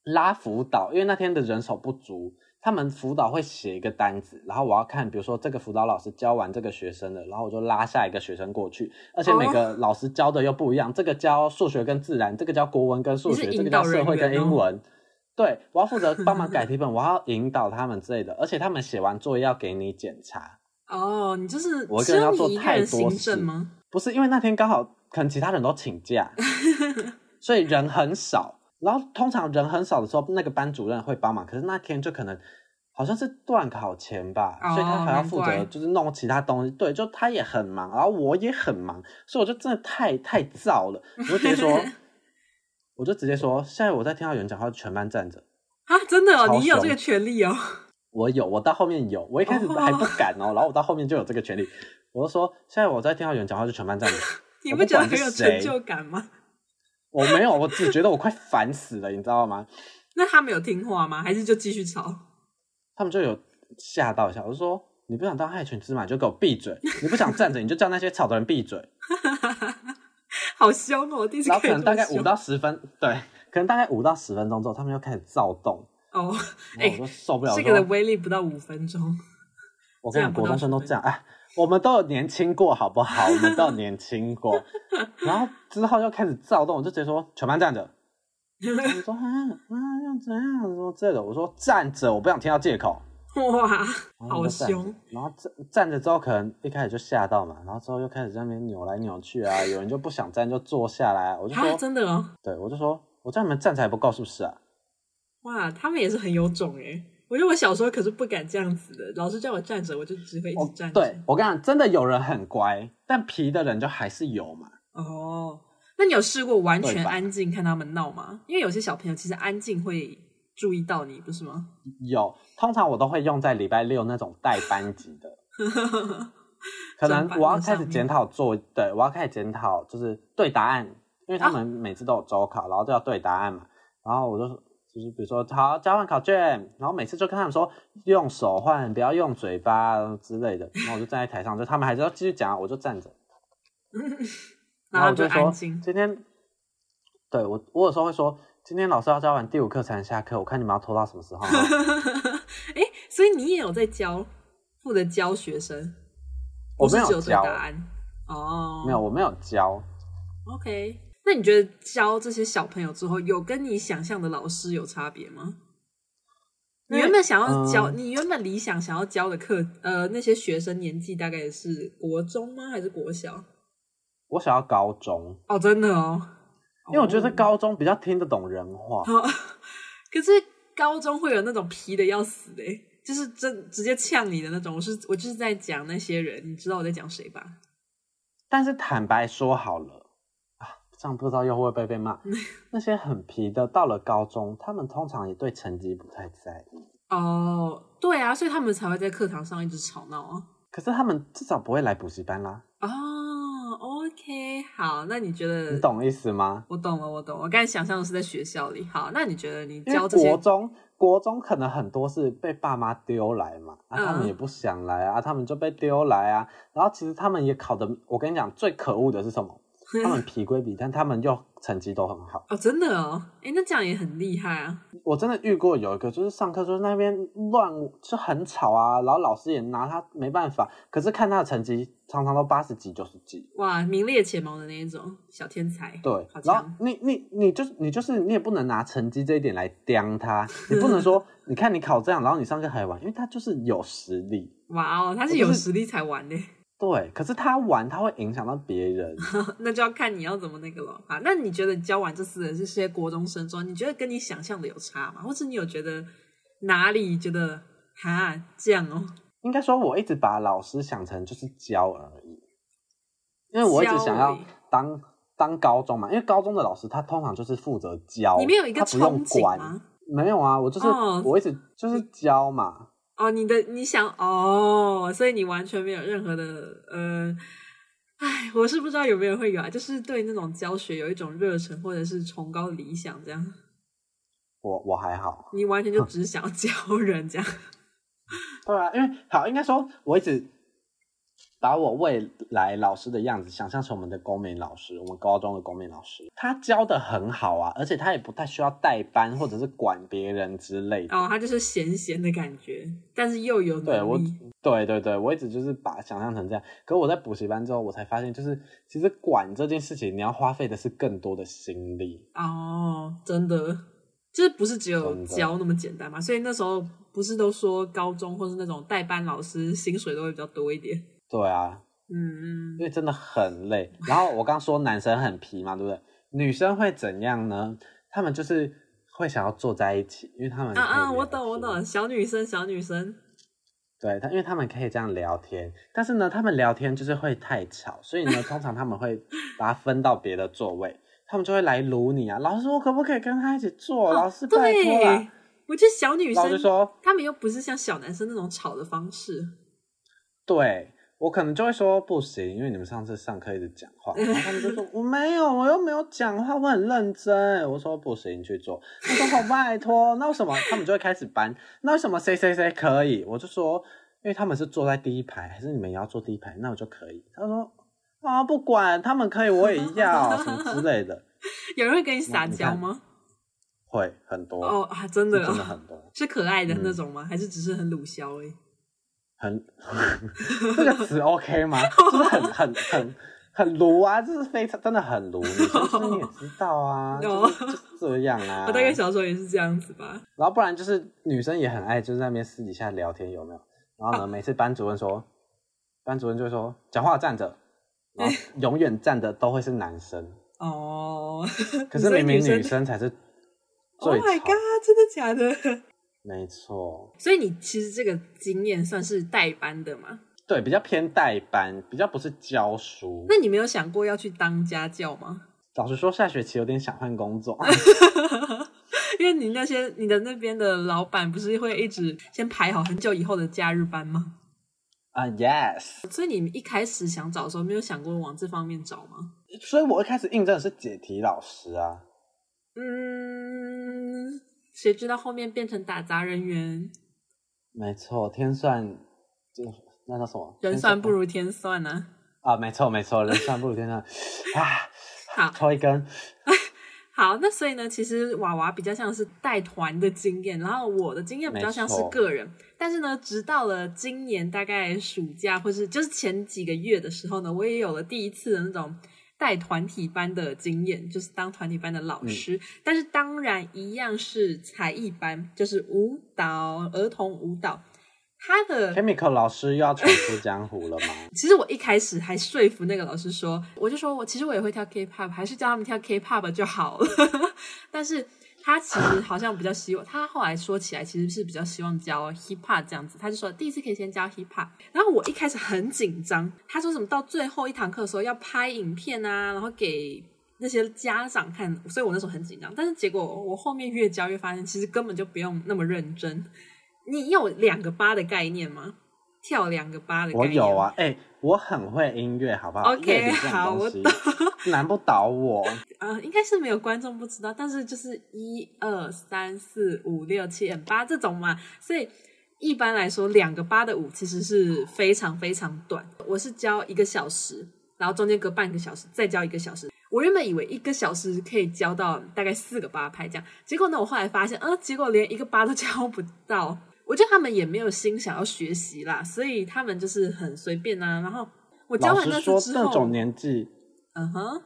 Speaker 1: 拉辅导，因为那天的人手不足，他们辅导会写一个单子，然后我要看，比如说这个辅导老师教完这个学生的，然后我就拉下一个学生过去，而且每
Speaker 2: 哦
Speaker 1: 个老师教的又不一样，这个教数学跟自然，这个教国文跟数
Speaker 2: 你是
Speaker 1: 学，这
Speaker 2: 引
Speaker 1: 个教
Speaker 2: 导
Speaker 1: 社
Speaker 2: 人
Speaker 1: 会跟
Speaker 2: 员
Speaker 1: 英
Speaker 2: 哦 <laughs>
Speaker 1: 文。对，我要负责帮忙改题本，我要引导他们之类的，而且他们写完作业要给你检查，
Speaker 2: 哦，你就是
Speaker 1: 我一
Speaker 2: 只
Speaker 1: 个人要
Speaker 2: 有
Speaker 1: 做
Speaker 2: 你一个
Speaker 1: 太
Speaker 2: 人
Speaker 1: 多
Speaker 2: 行
Speaker 1: 事
Speaker 2: 政吗？
Speaker 1: 不是因为那天刚好可能其他人都请
Speaker 2: <laughs>
Speaker 1: 假，所以人很少。然后通常人很少的时候，那个班主任会帮忙，可是那天就可能好像是断考前吧，所以他
Speaker 2: 哦
Speaker 1: 还要
Speaker 2: 难
Speaker 1: 负责
Speaker 2: 怪
Speaker 1: 就是弄其他东西。对，就他也很忙，然后我也很忙，所以我就真的太太燥了，我就直接
Speaker 2: <laughs>
Speaker 1: 说，我就直接说，现在我在听到有人讲话，全班站着。
Speaker 2: 啊，真的
Speaker 1: 超
Speaker 2: 哦，你有
Speaker 1: 凶
Speaker 2: 这个权利
Speaker 1: <laughs>
Speaker 2: 哦。
Speaker 1: 我有，我到后面有，我一开始
Speaker 2: 哦
Speaker 1: 还不敢
Speaker 2: <laughs>
Speaker 1: 哦，然后我到后面就有这个权利。我就说，现在我在听到有人讲话就全班站着，
Speaker 2: 你
Speaker 1: 我
Speaker 2: 不
Speaker 1: 不
Speaker 2: 觉得
Speaker 1: 管
Speaker 2: 很
Speaker 1: 是
Speaker 2: 有
Speaker 1: 谁
Speaker 2: 成就感吗？
Speaker 1: 我没有，我只觉得我快烦死了，你知道吗？
Speaker 2: 那他们有听话吗？还是就继续吵？
Speaker 1: 他们就有吓到一下，我就说你不想当害群之马，你就给我闭嘴；你不想站着，你就叫那些吵的人闭嘴。
Speaker 2: 好凶哦！我第一次
Speaker 1: 然后
Speaker 2: 看
Speaker 1: 可能
Speaker 2: 你
Speaker 1: 大概
Speaker 2: <laughs> 这
Speaker 1: 五
Speaker 2: 么凶
Speaker 1: 到十分，对，可能大概五到十分钟之后，他们又开始躁动，
Speaker 2: 哦，
Speaker 1: 然后我就受不了。
Speaker 2: 哎这
Speaker 1: 我
Speaker 2: 个的
Speaker 1: 说
Speaker 2: 威力不到五分钟。
Speaker 1: 我跟你讲，
Speaker 2: 这样不
Speaker 1: 国中
Speaker 2: 到
Speaker 1: 生都
Speaker 2: 10
Speaker 1: 这样，哎，我们都有年轻过，好不好？我们都有年轻
Speaker 2: <laughs>
Speaker 1: 过。然后之后又开始躁动，我就直接说全班站着。
Speaker 2: <laughs>
Speaker 1: 我说啊啊要怎样？说这个，我说站着，我不想听到借口。
Speaker 2: 哇，
Speaker 1: 然后
Speaker 2: 好
Speaker 1: 就站着
Speaker 2: 凶！
Speaker 1: 然后站站着之后，可能一开始就吓到嘛，然后之后又开始在那边扭来扭去啊，有人就不想站就坐下来啊，我就
Speaker 2: 啊，
Speaker 1: 说，
Speaker 2: 真的哦，
Speaker 1: 对我就说，我叫你们站着还不够是不是啊？
Speaker 2: 哇，他们也是很有种诶。欸我觉得我小时候可是不敢这样子的，老师叫我站着，我就只会一直站
Speaker 1: 哦
Speaker 2: 着。
Speaker 1: 对我跟你讲，真的有人很乖，但皮的人就还是有嘛。
Speaker 2: 哦，那你有试过完
Speaker 1: 对
Speaker 2: 全
Speaker 1: 吧
Speaker 2: 安静看他们闹吗？因为有些小朋友其实安静会注意到你，不是吗？
Speaker 1: 有，通常我都会用在礼拜六那种带班级
Speaker 2: <laughs>
Speaker 1: 的。可能我要开始检讨作，对我要开始检讨，就是对答案，因为他们每次都有周考，然后都要对答案嘛。然后我就就是比如说，好交换考卷，然后每次就跟他们说用手换，不要用嘴巴之类的。然后我就站在台上，就他们还是要继续讲，我就站着，然后
Speaker 2: 后我
Speaker 1: 我就
Speaker 2: 安
Speaker 1: 说
Speaker 2: 静。
Speaker 1: 今天，对我我有时候会说，今天老师要教完第五课才能下课，我看你们要拖到什么时
Speaker 2: <laughs>
Speaker 1: 候。
Speaker 2: 哎，所以你也有在教，负责教学生，
Speaker 1: 我
Speaker 2: 不
Speaker 1: 没
Speaker 2: 是只
Speaker 1: 有
Speaker 2: 对
Speaker 1: 教，
Speaker 2: 答案哦，
Speaker 1: 没有，我没有教，
Speaker 2: OK，那你觉得教这些小朋友之后，有跟你想象的老师有差别吗？你原本想要教，
Speaker 1: 嗯
Speaker 2: 你原本理想想要教的课，呃，那些学生年纪大概是国中吗？还是国小？
Speaker 1: 我想要高中。
Speaker 2: 哦，真的哦，
Speaker 1: 因为我觉得高中比较听得懂人话，
Speaker 2: 哦，可是高中会有那种皮的要死的欸，就是真直接呛你的那种。我是我就是在讲那些人，你知道我在讲谁吧？
Speaker 1: 但是坦白说好了啊，这样不知道又会不会被
Speaker 2: <laughs>
Speaker 1: 骂。那些很皮的，到了高中，他们通常也对成绩不太在意，
Speaker 2: 哦，对啊，所以他们才会在课堂上一直吵闹啊。
Speaker 1: 可是他们至少不会来补习班啦，
Speaker 2: 哦，OK，好，那你觉得
Speaker 1: 你？懂意思吗？
Speaker 2: 我懂了，我懂了。我刚才想象的是在学校里。好，那你觉得你
Speaker 1: 因为
Speaker 2: 教这些
Speaker 1: 国中。国中可能很多是被爸妈丢来嘛，啊，
Speaker 2: 嗯
Speaker 1: 他们也不想来啊，他们就被丢来啊。然后其实他们也考的，我跟你讲，最可恶的是什么？他
Speaker 2: <laughs>
Speaker 1: 们皮归皮，但他们又成绩都很好。
Speaker 2: 哦，真的哦，哎，那这样也很厉害啊。
Speaker 1: 我真的遇过有一个，就是上课就是那边乱，就很吵啊，然后老师也拿他没办法。可是看他的成绩，常常都八十几、九十几。
Speaker 2: 哇，名列前茅的那一种小天才。
Speaker 1: 对
Speaker 2: 好，
Speaker 1: 然后
Speaker 2: 强。
Speaker 1: 你你你就是你就是你也不能拿成绩这一点来刁他，你不能
Speaker 2: <laughs>
Speaker 1: 说你看你考这样，然后你上课还玩，因为他就是有实力。
Speaker 2: 哇哦，他是
Speaker 1: 我
Speaker 2: 有
Speaker 1: 就是
Speaker 2: 实力才玩的，
Speaker 1: 对，可是他玩他会影响到别
Speaker 2: <laughs>
Speaker 1: 人。
Speaker 2: 那就要看你要怎么那个了。好，啊那你觉得教完这四个这些国中生之后，你觉得跟你想象的有差吗？或是你有觉得哪里觉得哈这样哦？
Speaker 1: 应该说，我一直把老师想成就是教而已，因为我一直想
Speaker 2: 教
Speaker 1: 要
Speaker 2: 而已
Speaker 1: 当当高中嘛，因为高中的老师他通常就是负责教，
Speaker 2: 你没有一个
Speaker 1: 他不用
Speaker 2: 憧憬
Speaker 1: 管，
Speaker 2: 吗？
Speaker 1: 没有啊，我就是、
Speaker 2: 哦
Speaker 1: 我一直就是教嘛，
Speaker 2: 哦，你的你想哦，所以你完全没有任何的呃，哎，我是不知道有没有人会有啊，就是对那种教学有一种热忱，或者是崇高理想这样，
Speaker 1: 我我还好，
Speaker 2: 你完
Speaker 1: <laughs>
Speaker 2: 全就只想要教人这样。
Speaker 1: 对啊，因为好应该说，我一直把我未来老师的样子想象成我们的公民老师，我们高中的公民老师，他教的很好啊，而且他也不太需要带班或者是管别人之类的。
Speaker 2: 哦，他就是闲闲的感觉，但是又有能力。
Speaker 1: 对我，对对对，我一直就是把想象成这样。可我在补习班之后，我才发现，就是其实管这件事情，你要花费的是更多的心力。
Speaker 2: 哦，真的，就是不是只有
Speaker 1: 真的
Speaker 2: 教那么简单嘛？所以那时候不是都说高中或是那种代班老师薪水都会比较多一点。
Speaker 1: 对啊，
Speaker 2: 嗯
Speaker 1: 因为真的很累。然后我刚说男生很皮嘛，对不对？女生会怎样呢？他们就是会想要坐在一起，因为他们
Speaker 2: 嗯啊
Speaker 1: 可
Speaker 2: 啊，
Speaker 1: 以
Speaker 2: 我
Speaker 1: 聊
Speaker 2: 懂我
Speaker 1: 天
Speaker 2: 懂，小女生小女生。
Speaker 1: 对他，因为他们可以这样聊天，但是呢，他们聊天就是会太吵，所
Speaker 2: <laughs>
Speaker 1: 以呢，通常他们会把它分到别的座位，他们就会来撸你啊。老师，我可不可以跟他一起坐？老师，拜托啦
Speaker 2: 哦对。，我觉得小女
Speaker 1: 老师
Speaker 2: 生，
Speaker 1: 说，
Speaker 2: 他们又不是像小男生那种吵的方式。
Speaker 1: 对我可能就会说不行，因为你们上次上课一直讲话，然后他们就
Speaker 2: <laughs>
Speaker 1: 说我没有，我又没有讲话，我很认真。我说不行，你去做。他说好，拜托，那为什么？他们就会开始搬，那为什么谁谁谁可以？我就说，因为他们是坐在第一排，还是你们也要坐第一排？那我就可以。他说啊，不管他们可以，我也要什么之类的，
Speaker 2: 有人会跟你撒
Speaker 1: 你
Speaker 2: 娇
Speaker 1: 看
Speaker 2: 吗？
Speaker 1: 会很多
Speaker 2: 哦啊，真
Speaker 1: 是
Speaker 2: 的
Speaker 1: 真的
Speaker 2: 哦，
Speaker 1: 很多。
Speaker 2: 是可爱的
Speaker 1: 嗯
Speaker 2: 那种吗？还是只是很鲁枭而已？
Speaker 1: 很 <laughs> 这个词 OK
Speaker 2: <laughs>
Speaker 1: 吗？就是很很很很卢啊，就是非常真的很卢，你就是你也知道啊，
Speaker 2: <laughs> No
Speaker 1: 就是就是这样啊。
Speaker 2: <laughs> 我大概小时候也是这样子吧。
Speaker 1: 然后不然就是女生也很爱，就是在那边私底下聊天有没有？然后
Speaker 2: 啊
Speaker 1: 呢，每次班主任说，班主任就会说讲话站着，然
Speaker 2: <laughs>
Speaker 1: 后永远站的都会是男生，
Speaker 2: 哦，
Speaker 1: 可是
Speaker 2: 所以
Speaker 1: 明明
Speaker 2: 女生 <laughs>
Speaker 1: 女生才是
Speaker 2: Oh
Speaker 1: 最
Speaker 2: my
Speaker 1: 吵。
Speaker 2: god！真的假的？
Speaker 1: 没错，
Speaker 2: 所以你其实这个经验算是代班的嘛？
Speaker 1: 对，比较偏代班，比较不是教书。
Speaker 2: 那你没有想过要去当家教吗？
Speaker 1: 老实说，下学期有点想换工作。
Speaker 2: 因为你那些你的那边的老板不是会一直先排好很久以后的假日班吗？
Speaker 1: 啊、y e s
Speaker 2: 所以你一开始想找的时候，没有想过往这方面找吗？
Speaker 1: 所以我一开始应征的是解题老师啊。
Speaker 2: 嗯，谁知道后面变成打杂人员，
Speaker 1: 没错，天算这那叫什么？
Speaker 2: 人算不如天算呢、
Speaker 1: 啊，没错没错，人算不如天算。啊，
Speaker 2: 好
Speaker 1: 抽一根。
Speaker 2: 好，那所以呢，其实娃娃比较像是带团的经验，然后我的经验比较像是个人。但是呢，直到了今年大概暑假或是就是前几个月的时候呢，我也有了第一次的那种带团体班的经验，就是当团体班的老师。但是当然一样是才艺班，就是舞蹈儿童舞蹈，它的
Speaker 1: Chemical 老师又要重出江湖了
Speaker 2: <laughs>
Speaker 1: 吗？
Speaker 2: 其实我一开始还说服那个老师说，我就说我其实我也会跳 K-pop，还是叫他们跳 K-pop 就好了。 <laughs> 但是他其实好像比较希望，他后来说起来其实是比较希望教 hip hop 这样子。他就说第一次可以先教 hip hop，然后我一开始很紧张，他说什么到最后一堂课的时候要拍影片啊，然后给。那些家长看，所以我那时候很紧张，但是结果我后面越教越发现，其实根本就不用那么认真。你有两个八的概念吗？跳两个八的概
Speaker 1: 我
Speaker 2: 念
Speaker 1: 有啊，哎、我很会音乐，好不好
Speaker 2: OK，
Speaker 1: 乐理这
Speaker 2: 好
Speaker 1: 种东
Speaker 2: 我
Speaker 1: 西难不倒
Speaker 2: <laughs>
Speaker 1: 我。
Speaker 2: 呃，应该是没有观众不知道，但是就是一二三四五六七八这种嘛，所以一般来说两个八的舞其实是非常非常短。我是教一个小时，然后中间隔半个小时，再教一个小时。我原本以为一个小时可以教到大概四个八拍这样，结果呢，我后来发现，呃，结果连一个八都教不到。我觉得他们也没有心想要学习啦，所以他们就是很随便啊。然后我教
Speaker 1: 老
Speaker 2: 完
Speaker 1: 师
Speaker 2: 那
Speaker 1: 说，
Speaker 2: 次之
Speaker 1: 这
Speaker 2: 后
Speaker 1: 种，年纪，
Speaker 2: 嗯哼，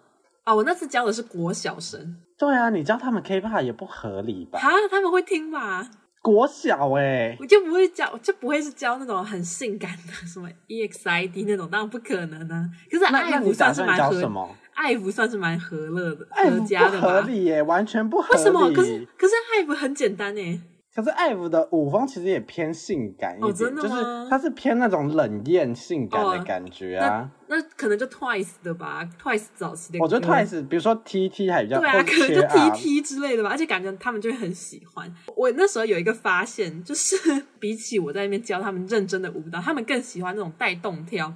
Speaker 2: 啊，我那次教的是国小生。
Speaker 1: 对啊，你教他们 K-pop 也不合理吧？
Speaker 2: 啊，他们会听吧？
Speaker 1: 国小哎、
Speaker 2: 我就不会教，就不会是教那种很性感的什么 E EXID 那种，当然不可能啊。可是
Speaker 1: 那那
Speaker 2: 爱
Speaker 1: 你
Speaker 2: 抚
Speaker 1: 打
Speaker 2: 算是
Speaker 1: 算
Speaker 2: 蛮
Speaker 1: 教什
Speaker 2: 和，
Speaker 1: 么？
Speaker 2: 爱抚算是蛮和乐的，
Speaker 1: 爱
Speaker 2: 合
Speaker 1: 抚
Speaker 2: 家
Speaker 1: 不
Speaker 2: 的
Speaker 1: 合
Speaker 2: 吧？
Speaker 1: 理耶、完全不合理。
Speaker 2: 为什么？可是可是爱抚很简单欸诶，
Speaker 1: 可是艾芙的舞风其实也偏性感一点，
Speaker 2: 哦真的
Speaker 1: 就
Speaker 2: 吗
Speaker 1: 是它是偏那种冷艳性感的
Speaker 2: 哦
Speaker 1: 感觉
Speaker 2: 那
Speaker 1: 啊。
Speaker 2: 那可能就 Twice 的吧，Twice 早期的歌，
Speaker 1: 我觉得 Twice，比如说 TT 还比较，
Speaker 2: 对
Speaker 1: 或
Speaker 2: 啊，
Speaker 1: 者
Speaker 2: 可能就
Speaker 1: Cheer Up
Speaker 2: TT 之类的吧，而且感觉他们就会很喜欢。我那时候有一个发现，就是 <laughs> 比起我在那边教他们认真的舞蹈，他们更喜欢那种带动跳，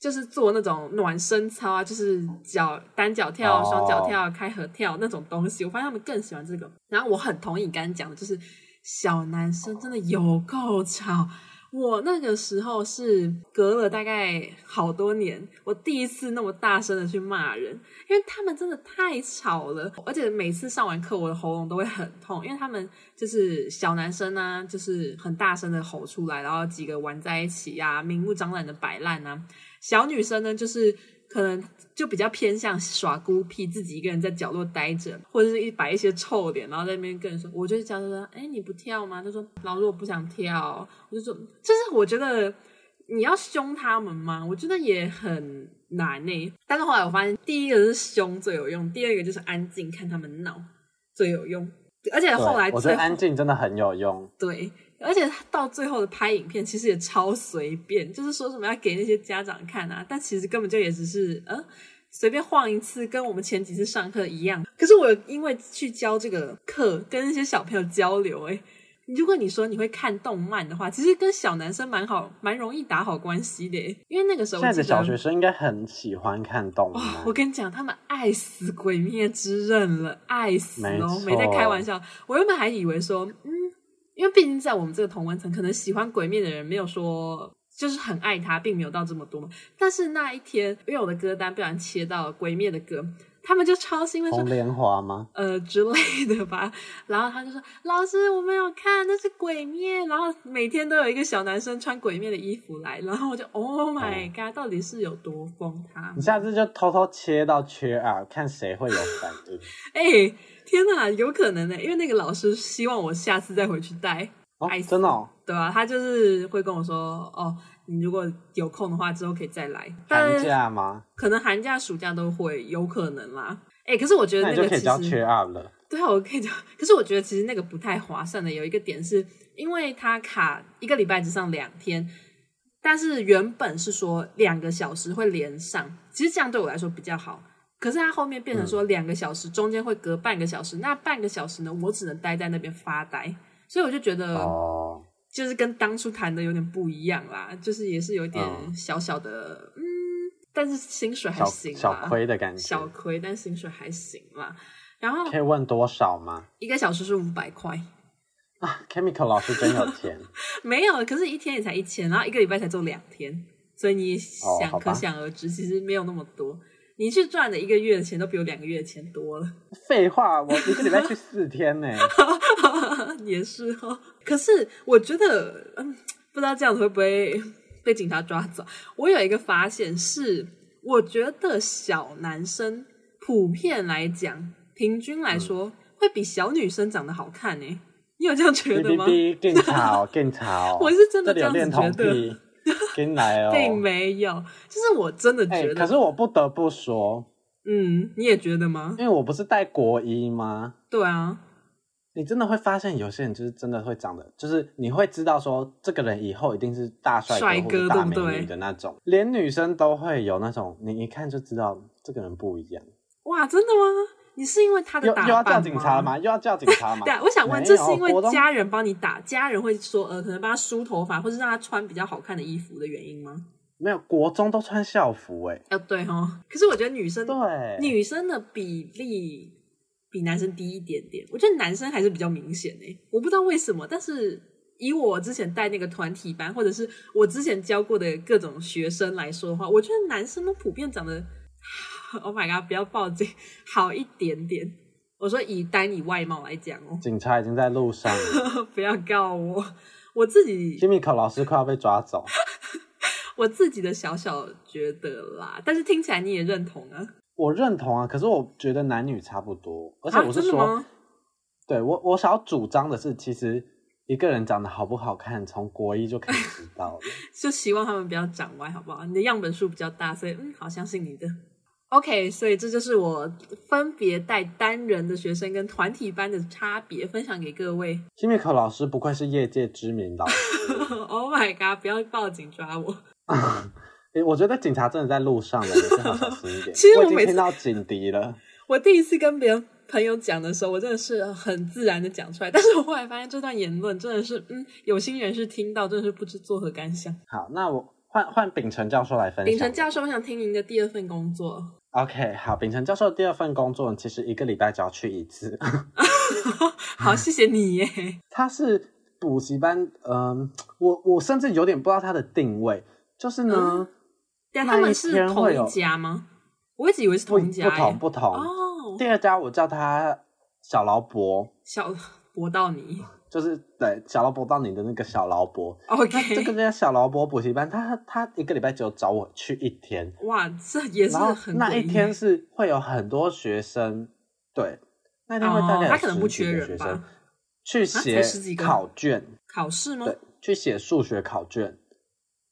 Speaker 2: 就是做那种暖身操啊，就是脚单脚跳、
Speaker 1: 哦
Speaker 2: 双脚跳、开合跳那种东西。我发现他们更喜欢这个。然后我很同意你刚刚讲的，就是小男生真的有够吵。我那个时候是隔了大概好多年，我第一次那么大声的去骂人，因为他们真的太吵了，而且每次上完课我的喉咙都会很痛，因为他们就是小男生啊，就是很大声的吼出来，然后几个玩在一起啊，明目张胆的摆烂啊。小女生呢，就是可能就比较偏向耍孤僻，自己一个人在角落待着，或者是一摆一些臭脸，然后在那边跟人说，我就叫他说，哎，你不跳吗？他说，老师我不想跳，我就说，嗯就是我觉得你要凶他们吗？我觉得也很难呢、但是后来我发现，第一个是凶最有用，第二个就是安静看他们闹最有用，而且
Speaker 1: 对
Speaker 2: 后来
Speaker 1: 我觉
Speaker 2: 最
Speaker 1: 得安静真的很有用。
Speaker 2: 对，而且到最后的拍影片其实也超随便，就是说什么要给那些家长看啊，但其实根本就也只是呃随便晃一次，跟我们前几次上课一样。可是我有因为去教这个课，跟那些小朋友交流、欸，诶。如果你说你会看动漫的话，其实跟小男生蛮好，蛮容易打好关系的、欸，因为那个时候
Speaker 1: 现
Speaker 2: 我
Speaker 1: 在
Speaker 2: 记
Speaker 1: 的
Speaker 2: 得哦
Speaker 1: 小学生应该很喜欢看动漫
Speaker 2: 哇、，我跟你讲，他们爱死《鬼灭之刃》了，爱死
Speaker 1: 没
Speaker 2: 哦
Speaker 1: 错，
Speaker 2: 没在开玩笑。我原本还以为说，嗯，因为毕竟在我们这个同温层，可能喜欢《鬼灭》的人没有说就是很爱他，并没有到这么多嘛。但是那一天，因为我的歌单不小心切到了《鬼灭》的歌，他们就超兴奋说
Speaker 1: 红。莲华吗？
Speaker 2: 呃之类的吧，然后他就说：“老师，我没有看，那是鬼灭。”然后每天都有一个小男生穿鬼灭的衣服来，然后我就 “Oh my god”，到底是有多疯他
Speaker 1: 你？下次就偷偷切到 Cheer Up，看谁会有反
Speaker 2: <laughs>
Speaker 1: 应。
Speaker 2: 哎、天哪，有可能呢、因为那个老师希望我下次再回去带，
Speaker 1: 哦
Speaker 2: 爱，死
Speaker 1: 真的、哦，
Speaker 2: 对吧、他就是会跟我说，哦，你如果有空的话，之后可以再来。但
Speaker 1: 寒假吗？
Speaker 2: 可能寒假、暑假都会有可能啦。哎、可是我觉得
Speaker 1: 那
Speaker 2: 那
Speaker 1: 你就
Speaker 2: 个
Speaker 1: 可
Speaker 2: 其
Speaker 1: 以
Speaker 2: 实
Speaker 1: 叫 cheer up 了。
Speaker 2: 对啊，我可以讲。 <laughs> 可是我觉得其实那个不太划算的，有一个点是因为它卡一个礼拜只上两天，但是原本是说两个小时会连上，其实这样对我来说比较好。可是它后面变成
Speaker 1: 嗯
Speaker 2: 说两个小时，中间会隔半个小时，那半个小时呢，我只能待在那边发呆，所以我就觉得
Speaker 1: 哦，
Speaker 2: 就是跟当初谈的有点不一样啦，就是也是有点
Speaker 1: 嗯
Speaker 2: 小小的嗯，但是薪水还
Speaker 1: 小
Speaker 2: 行啦，啊
Speaker 1: 小亏的感觉。
Speaker 2: 小亏，但薪水还行啦。然后
Speaker 1: 可以问多少吗？
Speaker 2: 一个小时是五百块，
Speaker 1: 啊，Chemical 老师真有钱，
Speaker 2: 没有，可是一天也才一千，然后一个礼拜才做两天，所以你想、
Speaker 1: 哦好吧
Speaker 2: 可想而知，其实没有那么多。你去赚的一个月的钱都比我两个月的钱多了， <laughs>
Speaker 1: 废话，我一个礼拜去四天呢、
Speaker 2: 也是哦。可是我觉得，嗯，不知道这样子会不会被警察抓走。我有一个发现是，我觉得小男生普遍来讲，平均
Speaker 1: 嗯
Speaker 2: 来说、会比小女生长得好看呢、你有这样 <laughs> 觉
Speaker 1: 哔
Speaker 2: 得
Speaker 1: 哔
Speaker 2: 吗？
Speaker 1: 哔，更
Speaker 2: <laughs>
Speaker 1: 吵更吵。
Speaker 2: 我是真的
Speaker 1: 这里
Speaker 2: 这
Speaker 1: 有恋
Speaker 2: 样子
Speaker 1: 童
Speaker 2: 觉得
Speaker 1: 癖，跟来哦。
Speaker 2: <laughs> 并没有，就是我真的
Speaker 1: 哎、
Speaker 2: 觉得，
Speaker 1: 可是我不得不说，
Speaker 2: 嗯，你也觉得吗？
Speaker 1: 因为我不是带国一吗？
Speaker 2: 对啊，
Speaker 1: 你真的会发现，有些人就是真的会长得，就是你会知道说，这个人以后一定是大帅
Speaker 2: 帅
Speaker 1: 哥或
Speaker 2: 哥
Speaker 1: 者大美
Speaker 2: 对不对
Speaker 1: 女的那种，连女生都会有那种，你一看就知道这个人不一样。
Speaker 2: 哇，真的吗？你是因为他
Speaker 1: 又
Speaker 2: 的
Speaker 1: 又
Speaker 2: 打扮
Speaker 1: 要叫警察了
Speaker 2: 吗？
Speaker 1: 吗？又要叫警察吗
Speaker 2: <laughs> 对？啊，我想问，
Speaker 1: 没
Speaker 2: 这
Speaker 1: 有
Speaker 2: 是因为
Speaker 1: 国中
Speaker 2: 家人帮你打，家人会说呃，可能帮他梳头发，或是让他穿比较好看的衣服的原因吗？
Speaker 1: 没有，国中都穿校服哎、
Speaker 2: 啊，对哦。可是我觉得女生
Speaker 1: 对，啊
Speaker 2: 女生的比例比男生低一点点，我觉得男生还是比较明显诶、我不知道为什么，但是以我之前带那个团体班，或者是我之前教过的各种学生来说的话，我觉得男生都普遍长得，Oh my god，不要报警，好一点点。我说以单以外貌来讲哦， <laughs>
Speaker 1: 警察已经在路上了
Speaker 2: 不要告我，我自己
Speaker 1: ，Kimiko 老师快要被抓走。
Speaker 2: 我自己的小小觉得啦，但是听起来你也认同啊？
Speaker 1: 我认同啊，可是我觉得男女差不多，而且
Speaker 2: 啊
Speaker 1: 我是
Speaker 2: 真的
Speaker 1: 说，
Speaker 2: 吗？
Speaker 1: 对我我想要主张的是，其实一个人长得好不好看，从国一就可以知道了。
Speaker 2: 就希望他们不要长歪，好不好？你的样本数比较大，所以嗯，好相信你的。OK，所以这就是我分别带单人的学生跟团体班的差别，分享给各位。 <laughs>
Speaker 1: Kimiko 老师不愧是业界知名老师，
Speaker 2: oh my god！不要报警抓我。
Speaker 1: 诶我觉得警察真的在路上了，你最好小心一点。
Speaker 2: <laughs> 其实我
Speaker 1: 已经
Speaker 2: 每次
Speaker 1: 听到警笛了，
Speaker 2: 我第一次跟别人朋友讲的时候，我真的是很自然的讲出来，但是我后来发现这段言论真的是，嗯，有心人士听到真的是不知作何感想。
Speaker 1: 好，那我换换秉承教授来分享。
Speaker 2: 秉承教授，我想听您的第二份工作。
Speaker 1: OK，好，秉承教授的第二份工作其实一个礼拜只要去一次，
Speaker 2: 好，谢谢你 <laughs> 耶。
Speaker 1: 他是补习班，嗯、我我甚至有点不知道他的定位，就是呢。
Speaker 2: 嗯对啊，他们
Speaker 1: 那
Speaker 2: 是
Speaker 1: 一天
Speaker 2: 同
Speaker 1: 会
Speaker 2: 一
Speaker 1: 有
Speaker 2: 家吗？我一直以为是
Speaker 1: 不
Speaker 2: 同家耶。
Speaker 1: 不同不同。
Speaker 2: 哦，
Speaker 1: 第二家我叫他小劳勃，
Speaker 2: 小博到你
Speaker 1: 就是对小劳勃到你的 <laughs> 那个小劳勃。
Speaker 2: ，OK，
Speaker 1: 这个叫小劳勃补习班，他他一个礼拜只有找我去一天，
Speaker 2: 哇，这也是
Speaker 1: 然后
Speaker 2: 很
Speaker 1: 那
Speaker 2: 诡
Speaker 1: 一
Speaker 2: 异
Speaker 1: 天是会有很多学生，对，那天会大
Speaker 2: 哦
Speaker 1: 概有
Speaker 2: 他可能不
Speaker 1: 十几
Speaker 2: 缺
Speaker 1: 个
Speaker 2: 人
Speaker 1: 学
Speaker 2: 吧啊
Speaker 1: 生去写
Speaker 2: 才十几个
Speaker 1: 考卷，
Speaker 2: 考试吗？
Speaker 1: 对，去写数学考卷，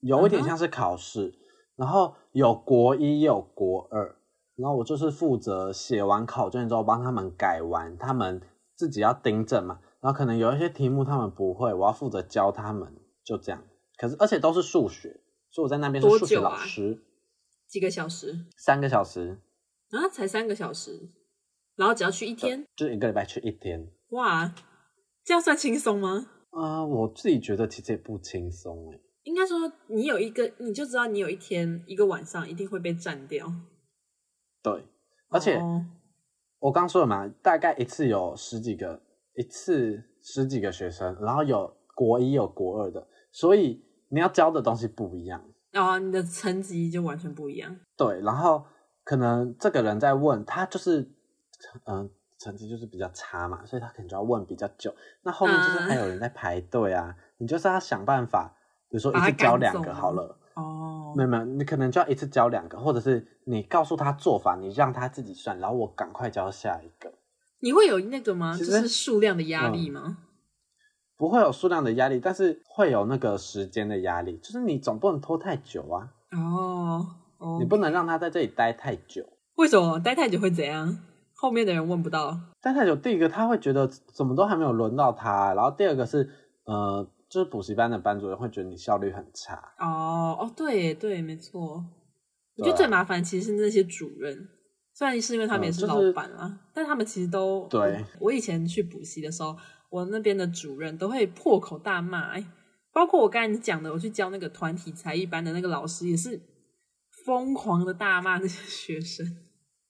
Speaker 1: 有一点
Speaker 2: 嗯哼
Speaker 1: 像是考试，然后有国一也有国二，然后我就是负责写完考卷之后帮他们改完，他们自己要订正嘛，然后可能有一些题目他们不会，我要负责教他们，就这样。可是而且都是数学，所以我在那边
Speaker 2: 多
Speaker 1: 是数学
Speaker 2: 久啊
Speaker 1: 老师，
Speaker 2: 几个小时
Speaker 1: 三个小时，
Speaker 2: 啊，才三个小时，然后只要去一天，
Speaker 1: 就是一个礼拜去一天。
Speaker 2: 哇，这样算轻松吗？
Speaker 1: 啊、我自己觉得其实也不轻松哎、
Speaker 2: 应该说你有一个，你就知道你有一天一个晚上一定会被占掉，
Speaker 1: 对，而且。
Speaker 2: 哦
Speaker 1: 我刚说了嘛，大概一次有十几个，一次十几个学生，然后有国一有国二的，所以你要教的东西不一样。
Speaker 2: 哦，你的层级就完全不一样。
Speaker 1: 对，然后可能这个人在问他就是，嗯、成绩就是比较差嘛，所以他可能就要问比较久。那后面就是
Speaker 2: 嗯
Speaker 1: 还有人在排队啊，你就是要想办法，比如说一
Speaker 2: 把他
Speaker 1: 次教
Speaker 2: 赶
Speaker 1: 两
Speaker 2: 走
Speaker 1: 个
Speaker 2: 吗
Speaker 1: 好了，
Speaker 2: 哦
Speaker 1: 没，有没有，你可能就要一次教两个，或者是你告诉他做法，你让他自己算，然后我赶快教下一个。
Speaker 2: 你会有那个吗？
Speaker 1: 其
Speaker 2: 就
Speaker 1: 实嗯
Speaker 2: 是数量的压力吗？
Speaker 1: 不会有数量的压力，但是会有那个时间的压力，就是你总不能拖太久啊，
Speaker 2: 哦哦
Speaker 1: 你，不能让他在这里待太久。
Speaker 2: 为什么待太久会怎样？后面的人问不到
Speaker 1: 待太久，第一个他会觉得怎么都还没有轮到他，然后第二个是呃，就是补习班的班主任会觉得你效率很差。
Speaker 2: 哦哦，对耶对，没错。我觉
Speaker 1: 对
Speaker 2: 得
Speaker 1: 啊
Speaker 2: 最麻烦其实是那些主任，虽然是因为他们
Speaker 1: 嗯
Speaker 2: 也是
Speaker 1: 就是
Speaker 2: 老板啊，但他们其实都
Speaker 1: 对。
Speaker 2: 我以前去补习的时候，我那边的主任都会破口大骂、哎包括我刚才你讲的，我去教那个团体才艺班的那个老师也是疯狂的大骂那些学生。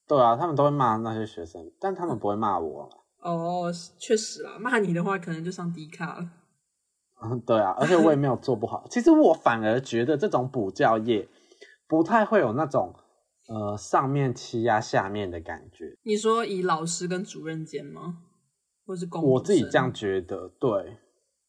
Speaker 1: 对啊，他们都会骂那些学生，但他们不会骂我。 <laughs>
Speaker 2: 哦，确实啦，骂你的话可能就上低卡了。
Speaker 1: 嗯，对啊，而且我也没有做不好。其实我反而觉得这种补教业不太会有那种呃上面欺压下面的感觉，
Speaker 2: 你说以老师跟主任间吗？或是公？
Speaker 1: 我自己这样，觉得。对，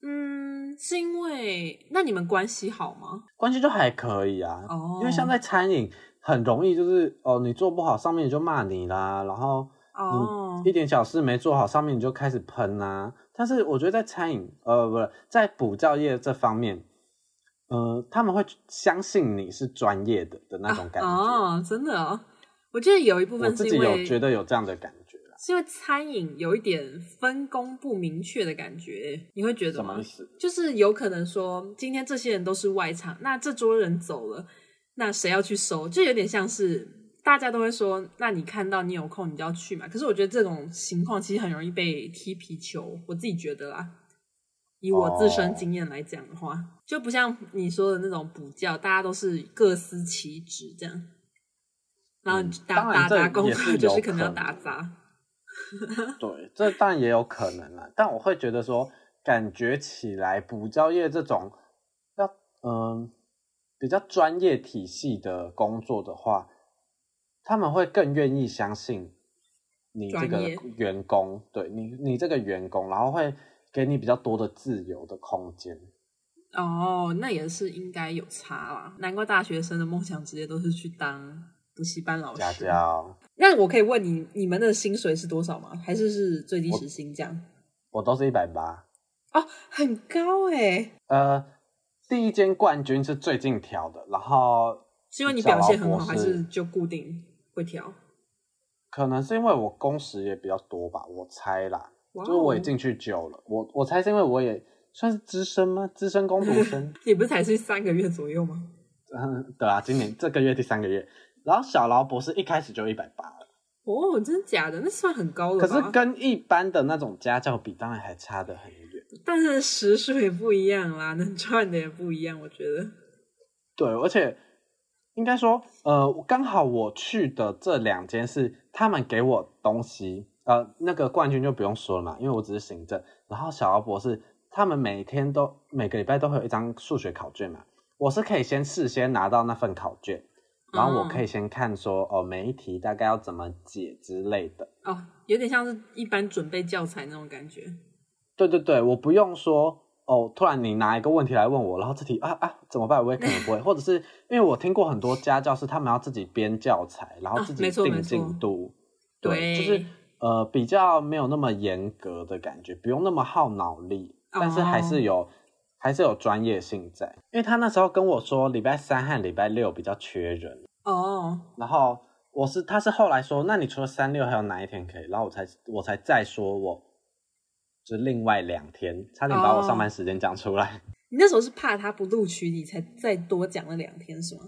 Speaker 2: 嗯，是因为那你们关系好吗？
Speaker 1: 关系就还可以啊，
Speaker 2: 哦，
Speaker 1: 因为像在餐饮很容易就是哦，你做不好上面就骂你啦，然后
Speaker 2: 哦
Speaker 1: 你一点小事没做好，上面你就开始喷啊。但是我觉得在餐饮呃不是在补教业这方面，呃他们会相信你是专业的的那种感觉。
Speaker 2: 哦，真的哦，我记得有一部
Speaker 1: 我
Speaker 2: 分
Speaker 1: 自
Speaker 2: 是
Speaker 1: 己
Speaker 2: 因
Speaker 1: 有
Speaker 2: 为
Speaker 1: 觉得有这样的感觉啦，
Speaker 2: 是因为餐饮有一点分工不明确的感觉，你会觉得
Speaker 1: 什么
Speaker 2: 吗
Speaker 1: 意？思？
Speaker 2: 就是有可能说，今天这些人都是外场，那这桌人走了，那谁要去收？就有点像是大家都会说，那你看到你有空你就要去嘛。可是我觉得这种情况其实很容易被踢皮球，我自己觉得啦。以我自
Speaker 1: 哦
Speaker 2: 身经验来讲的话就不像你说的那种补教，大家都是各司其职这样，然后
Speaker 1: 嗯
Speaker 2: 打、
Speaker 1: 当然
Speaker 2: 打
Speaker 1: 这
Speaker 2: 杂工
Speaker 1: 也是
Speaker 2: 作
Speaker 1: 有
Speaker 2: 就是可能要
Speaker 1: 可能
Speaker 2: 打杂，
Speaker 1: 对，这当然也有可能啦，但我会觉得说，感觉起来补教业这种要嗯、比较专业体系的工作的话，他们会更愿意相信你这
Speaker 2: 专
Speaker 1: 个
Speaker 2: 业
Speaker 1: 员工，对你你这个员工，然后会给你比较多的自由的空间。
Speaker 2: 哦，那也是应该有差啦，难怪大学生的梦想职业都是去当补习班老师。
Speaker 1: 家教
Speaker 2: 那我可以问你，你们的薪水是多少吗？还是是最低时薪这样？
Speaker 1: 我都是一百八，
Speaker 2: 哦，很高哎、
Speaker 1: 呃，第一间冠军是最近调的，然后
Speaker 2: 是因为你表现很好，
Speaker 1: 小老
Speaker 2: 还
Speaker 1: 婆是
Speaker 2: 是就固定会调？
Speaker 1: 可能是因为我工时也比较多吧，我猜啦，
Speaker 2: 哇哦
Speaker 1: 就是我也进去久了，我我猜是因为我也算是资深吗？资深工读生，
Speaker 2: 你不是才是三个月左右吗？
Speaker 1: 嗯，对啊，今年这个月第三个月，然后小劳博士一开始就一百八了，
Speaker 2: 哦，真的假的？那算很高了
Speaker 1: 可
Speaker 2: 吧？
Speaker 1: 是跟一般的那种家教比，当然还差得很远。
Speaker 2: 但是时数也不一样啦，能赚的也不一样，我觉得。
Speaker 1: 对，而且应该说，呃，刚好我去的这两间是他们给我东西，呃，那个冠军就不用说了嘛，因为我只是行政。然后小姚博士他们每天都每个礼拜都会有一张数学考卷嘛，我是可以先事先拿到那份考卷，然后我可以先看说，哦、每一题大概要怎么解之类的。
Speaker 2: 哦，有点像是一般准备教材那种感觉。
Speaker 1: 对对对，我不用说哦，突然你拿一个问题来问我，然后这题啊啊怎么办？我也可能不
Speaker 2: <laughs>
Speaker 1: 会，或者是因为我听过很多家教是他们要自己编教材，然后
Speaker 2: 啊
Speaker 1: 自己
Speaker 2: 没错没
Speaker 1: 定
Speaker 2: 错
Speaker 1: 进度，
Speaker 2: 对
Speaker 1: 就是呃比较没有那么严格的感觉，不用那么耗脑力，但是还
Speaker 2: 哦
Speaker 1: 是有、还是有专业性在。因为他那时候跟我说，礼拜三和礼拜六比较缺人，
Speaker 2: 哦，
Speaker 1: 然后我是他是后来说，那你除了三六还有哪一天可以？然后我才我才再说我，就另外两天，差点把我
Speaker 2: 哦
Speaker 1: 上班时间讲出来。
Speaker 2: 你那时候是怕他不录取你，才再多讲了两天是吗？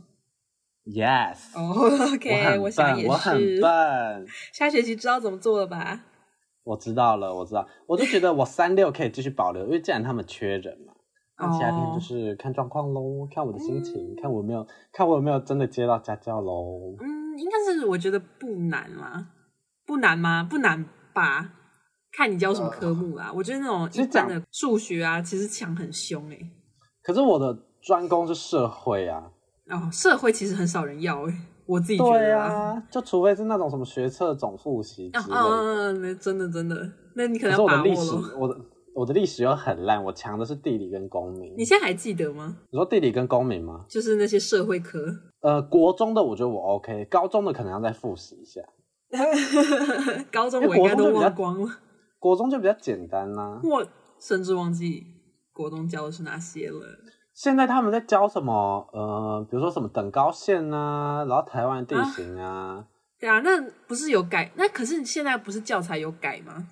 Speaker 1: yes，、
Speaker 2: 哦，OK，
Speaker 1: 我很
Speaker 2: 想
Speaker 1: 笨，
Speaker 2: 也
Speaker 1: 我很
Speaker 2: 是。
Speaker 1: 笨，
Speaker 2: 下学期知道怎么做了吧？
Speaker 1: 我知道了，我知道， <laughs> 我就觉得我三六可以继续保留，因为既然他们缺人嘛。那其他天
Speaker 2: 哦
Speaker 1: 就是看状况喽，看我的心情，看我有没有，看我有没有真的接到家教喽。
Speaker 2: 嗯，应该是我觉得不难啦，不难吗？不难吧？看你教什么科目啦。我觉得那种
Speaker 1: 其
Speaker 2: 一
Speaker 1: 实讲
Speaker 2: 般的数学啊，其实抢很凶欸诶、
Speaker 1: 可是我的专攻是社会啊，
Speaker 2: 哦，社会其实很少人要诶、欸我自己觉
Speaker 1: 对
Speaker 2: 得啊。
Speaker 1: 啊，就除非是那种什么学测总复习之
Speaker 2: 啊
Speaker 1: 类
Speaker 2: 啊
Speaker 1: 的。
Speaker 2: 啊！那真的真的，那你可
Speaker 1: 哦可是
Speaker 2: 能要
Speaker 1: 我的
Speaker 2: 把
Speaker 1: 历
Speaker 2: 握
Speaker 1: 史
Speaker 2: 了。，
Speaker 1: 我的我的历史又很烂，我强的是地理跟公民。
Speaker 2: 你现在还记得吗？
Speaker 1: 你说地理跟公民吗？
Speaker 2: 就是那些社会科，
Speaker 1: 呃，国中的我觉得我 OK，高中的可能要再复习一下。
Speaker 2: 高中
Speaker 1: 哎
Speaker 2: 我应该
Speaker 1: 国中就
Speaker 2: 都
Speaker 1: 比较
Speaker 2: 忘光了，嗯
Speaker 1: 国中就比较简单啦、
Speaker 2: 我甚至忘记国中教的是哪些了。
Speaker 1: 现在他们在教什么？呃，比如说什么等高线啊，然后台湾地形啊，
Speaker 2: 对啊，那不是有改？那可是现在不是教材有改吗？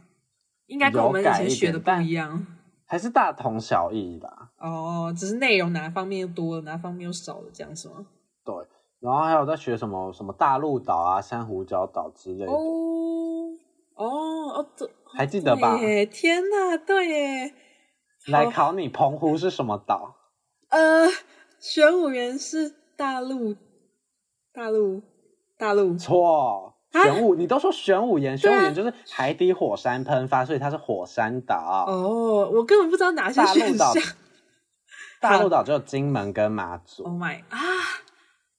Speaker 2: 应该跟
Speaker 1: 有
Speaker 2: 我们以
Speaker 1: 改
Speaker 2: 前
Speaker 1: 一
Speaker 2: 学
Speaker 1: 点
Speaker 2: 的不
Speaker 1: 但
Speaker 2: 一样
Speaker 1: 还是大同小异吧。
Speaker 2: 哦，只是内容哪方面又多了，哪方面又少了，这样是吗？
Speaker 1: 对，然后还有在学什么什么大陆岛啊、珊瑚礁岛之类的，
Speaker 2: 哦哦哦，这
Speaker 1: 还记得吧
Speaker 2: 对哦耶天哪，对耶，
Speaker 1: 来
Speaker 2: 好
Speaker 1: 考你，澎湖是什么岛？
Speaker 2: 呃，玄武园是大陆，大陆，大陆，
Speaker 1: 错，
Speaker 2: 啊
Speaker 1: 玄武，你都说玄武岩，
Speaker 2: 对
Speaker 1: 玄
Speaker 2: 啊
Speaker 1: 武岩就是海底火山喷发，所以它是火山岛。
Speaker 2: 哦，我根本不知道哪些
Speaker 1: 大
Speaker 2: 选
Speaker 1: 陆岛
Speaker 2: 项。
Speaker 1: <laughs> 大陆岛只有金门跟马祖。
Speaker 2: Oh my 啊！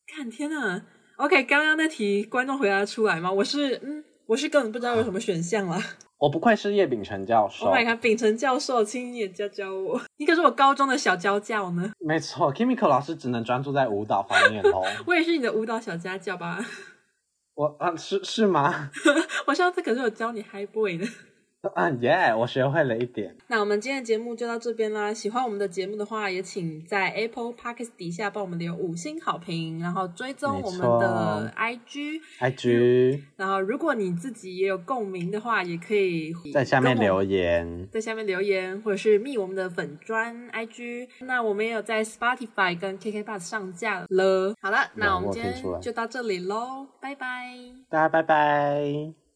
Speaker 2: 看天呐 o k 刚刚那题观众回答得出来吗？我是嗯，我是根本不知道有什么选项了。
Speaker 1: 我不愧是叶秉辰教授
Speaker 2: Oh my god，秉承教授，请你也教教我，你可是我高中的小家教呢，
Speaker 1: 没错，Kimiko 老师只能专注在舞蹈方面哦。
Speaker 2: 我也是你的舞蹈小家教吧？
Speaker 1: <laughs>
Speaker 2: <laughs>
Speaker 1: 我啊，是是吗？ <laughs>
Speaker 2: 我上次可是有教你 high boy 的。
Speaker 1: 嗯，耶，我学会了一点。
Speaker 2: 那我们今天的节目就到这边啦。喜欢我们的节目的话，也请在 Apple Podcast 底下帮我们留五星好评，然后追踪我们的 IG。
Speaker 1: IG
Speaker 2: 然后，如果你自己也有共鸣的话，也可以
Speaker 1: 在下面
Speaker 2: 跟我们
Speaker 1: 留言，
Speaker 2: 在下面留言，或者是密我们的粉砖 IG。那我们也有在 Spotify 跟 KK Bus 上架了。好了，那我们
Speaker 1: 我
Speaker 2: 今
Speaker 1: 听出来
Speaker 2: 天就到这里喽，拜拜。
Speaker 1: 大家拜拜。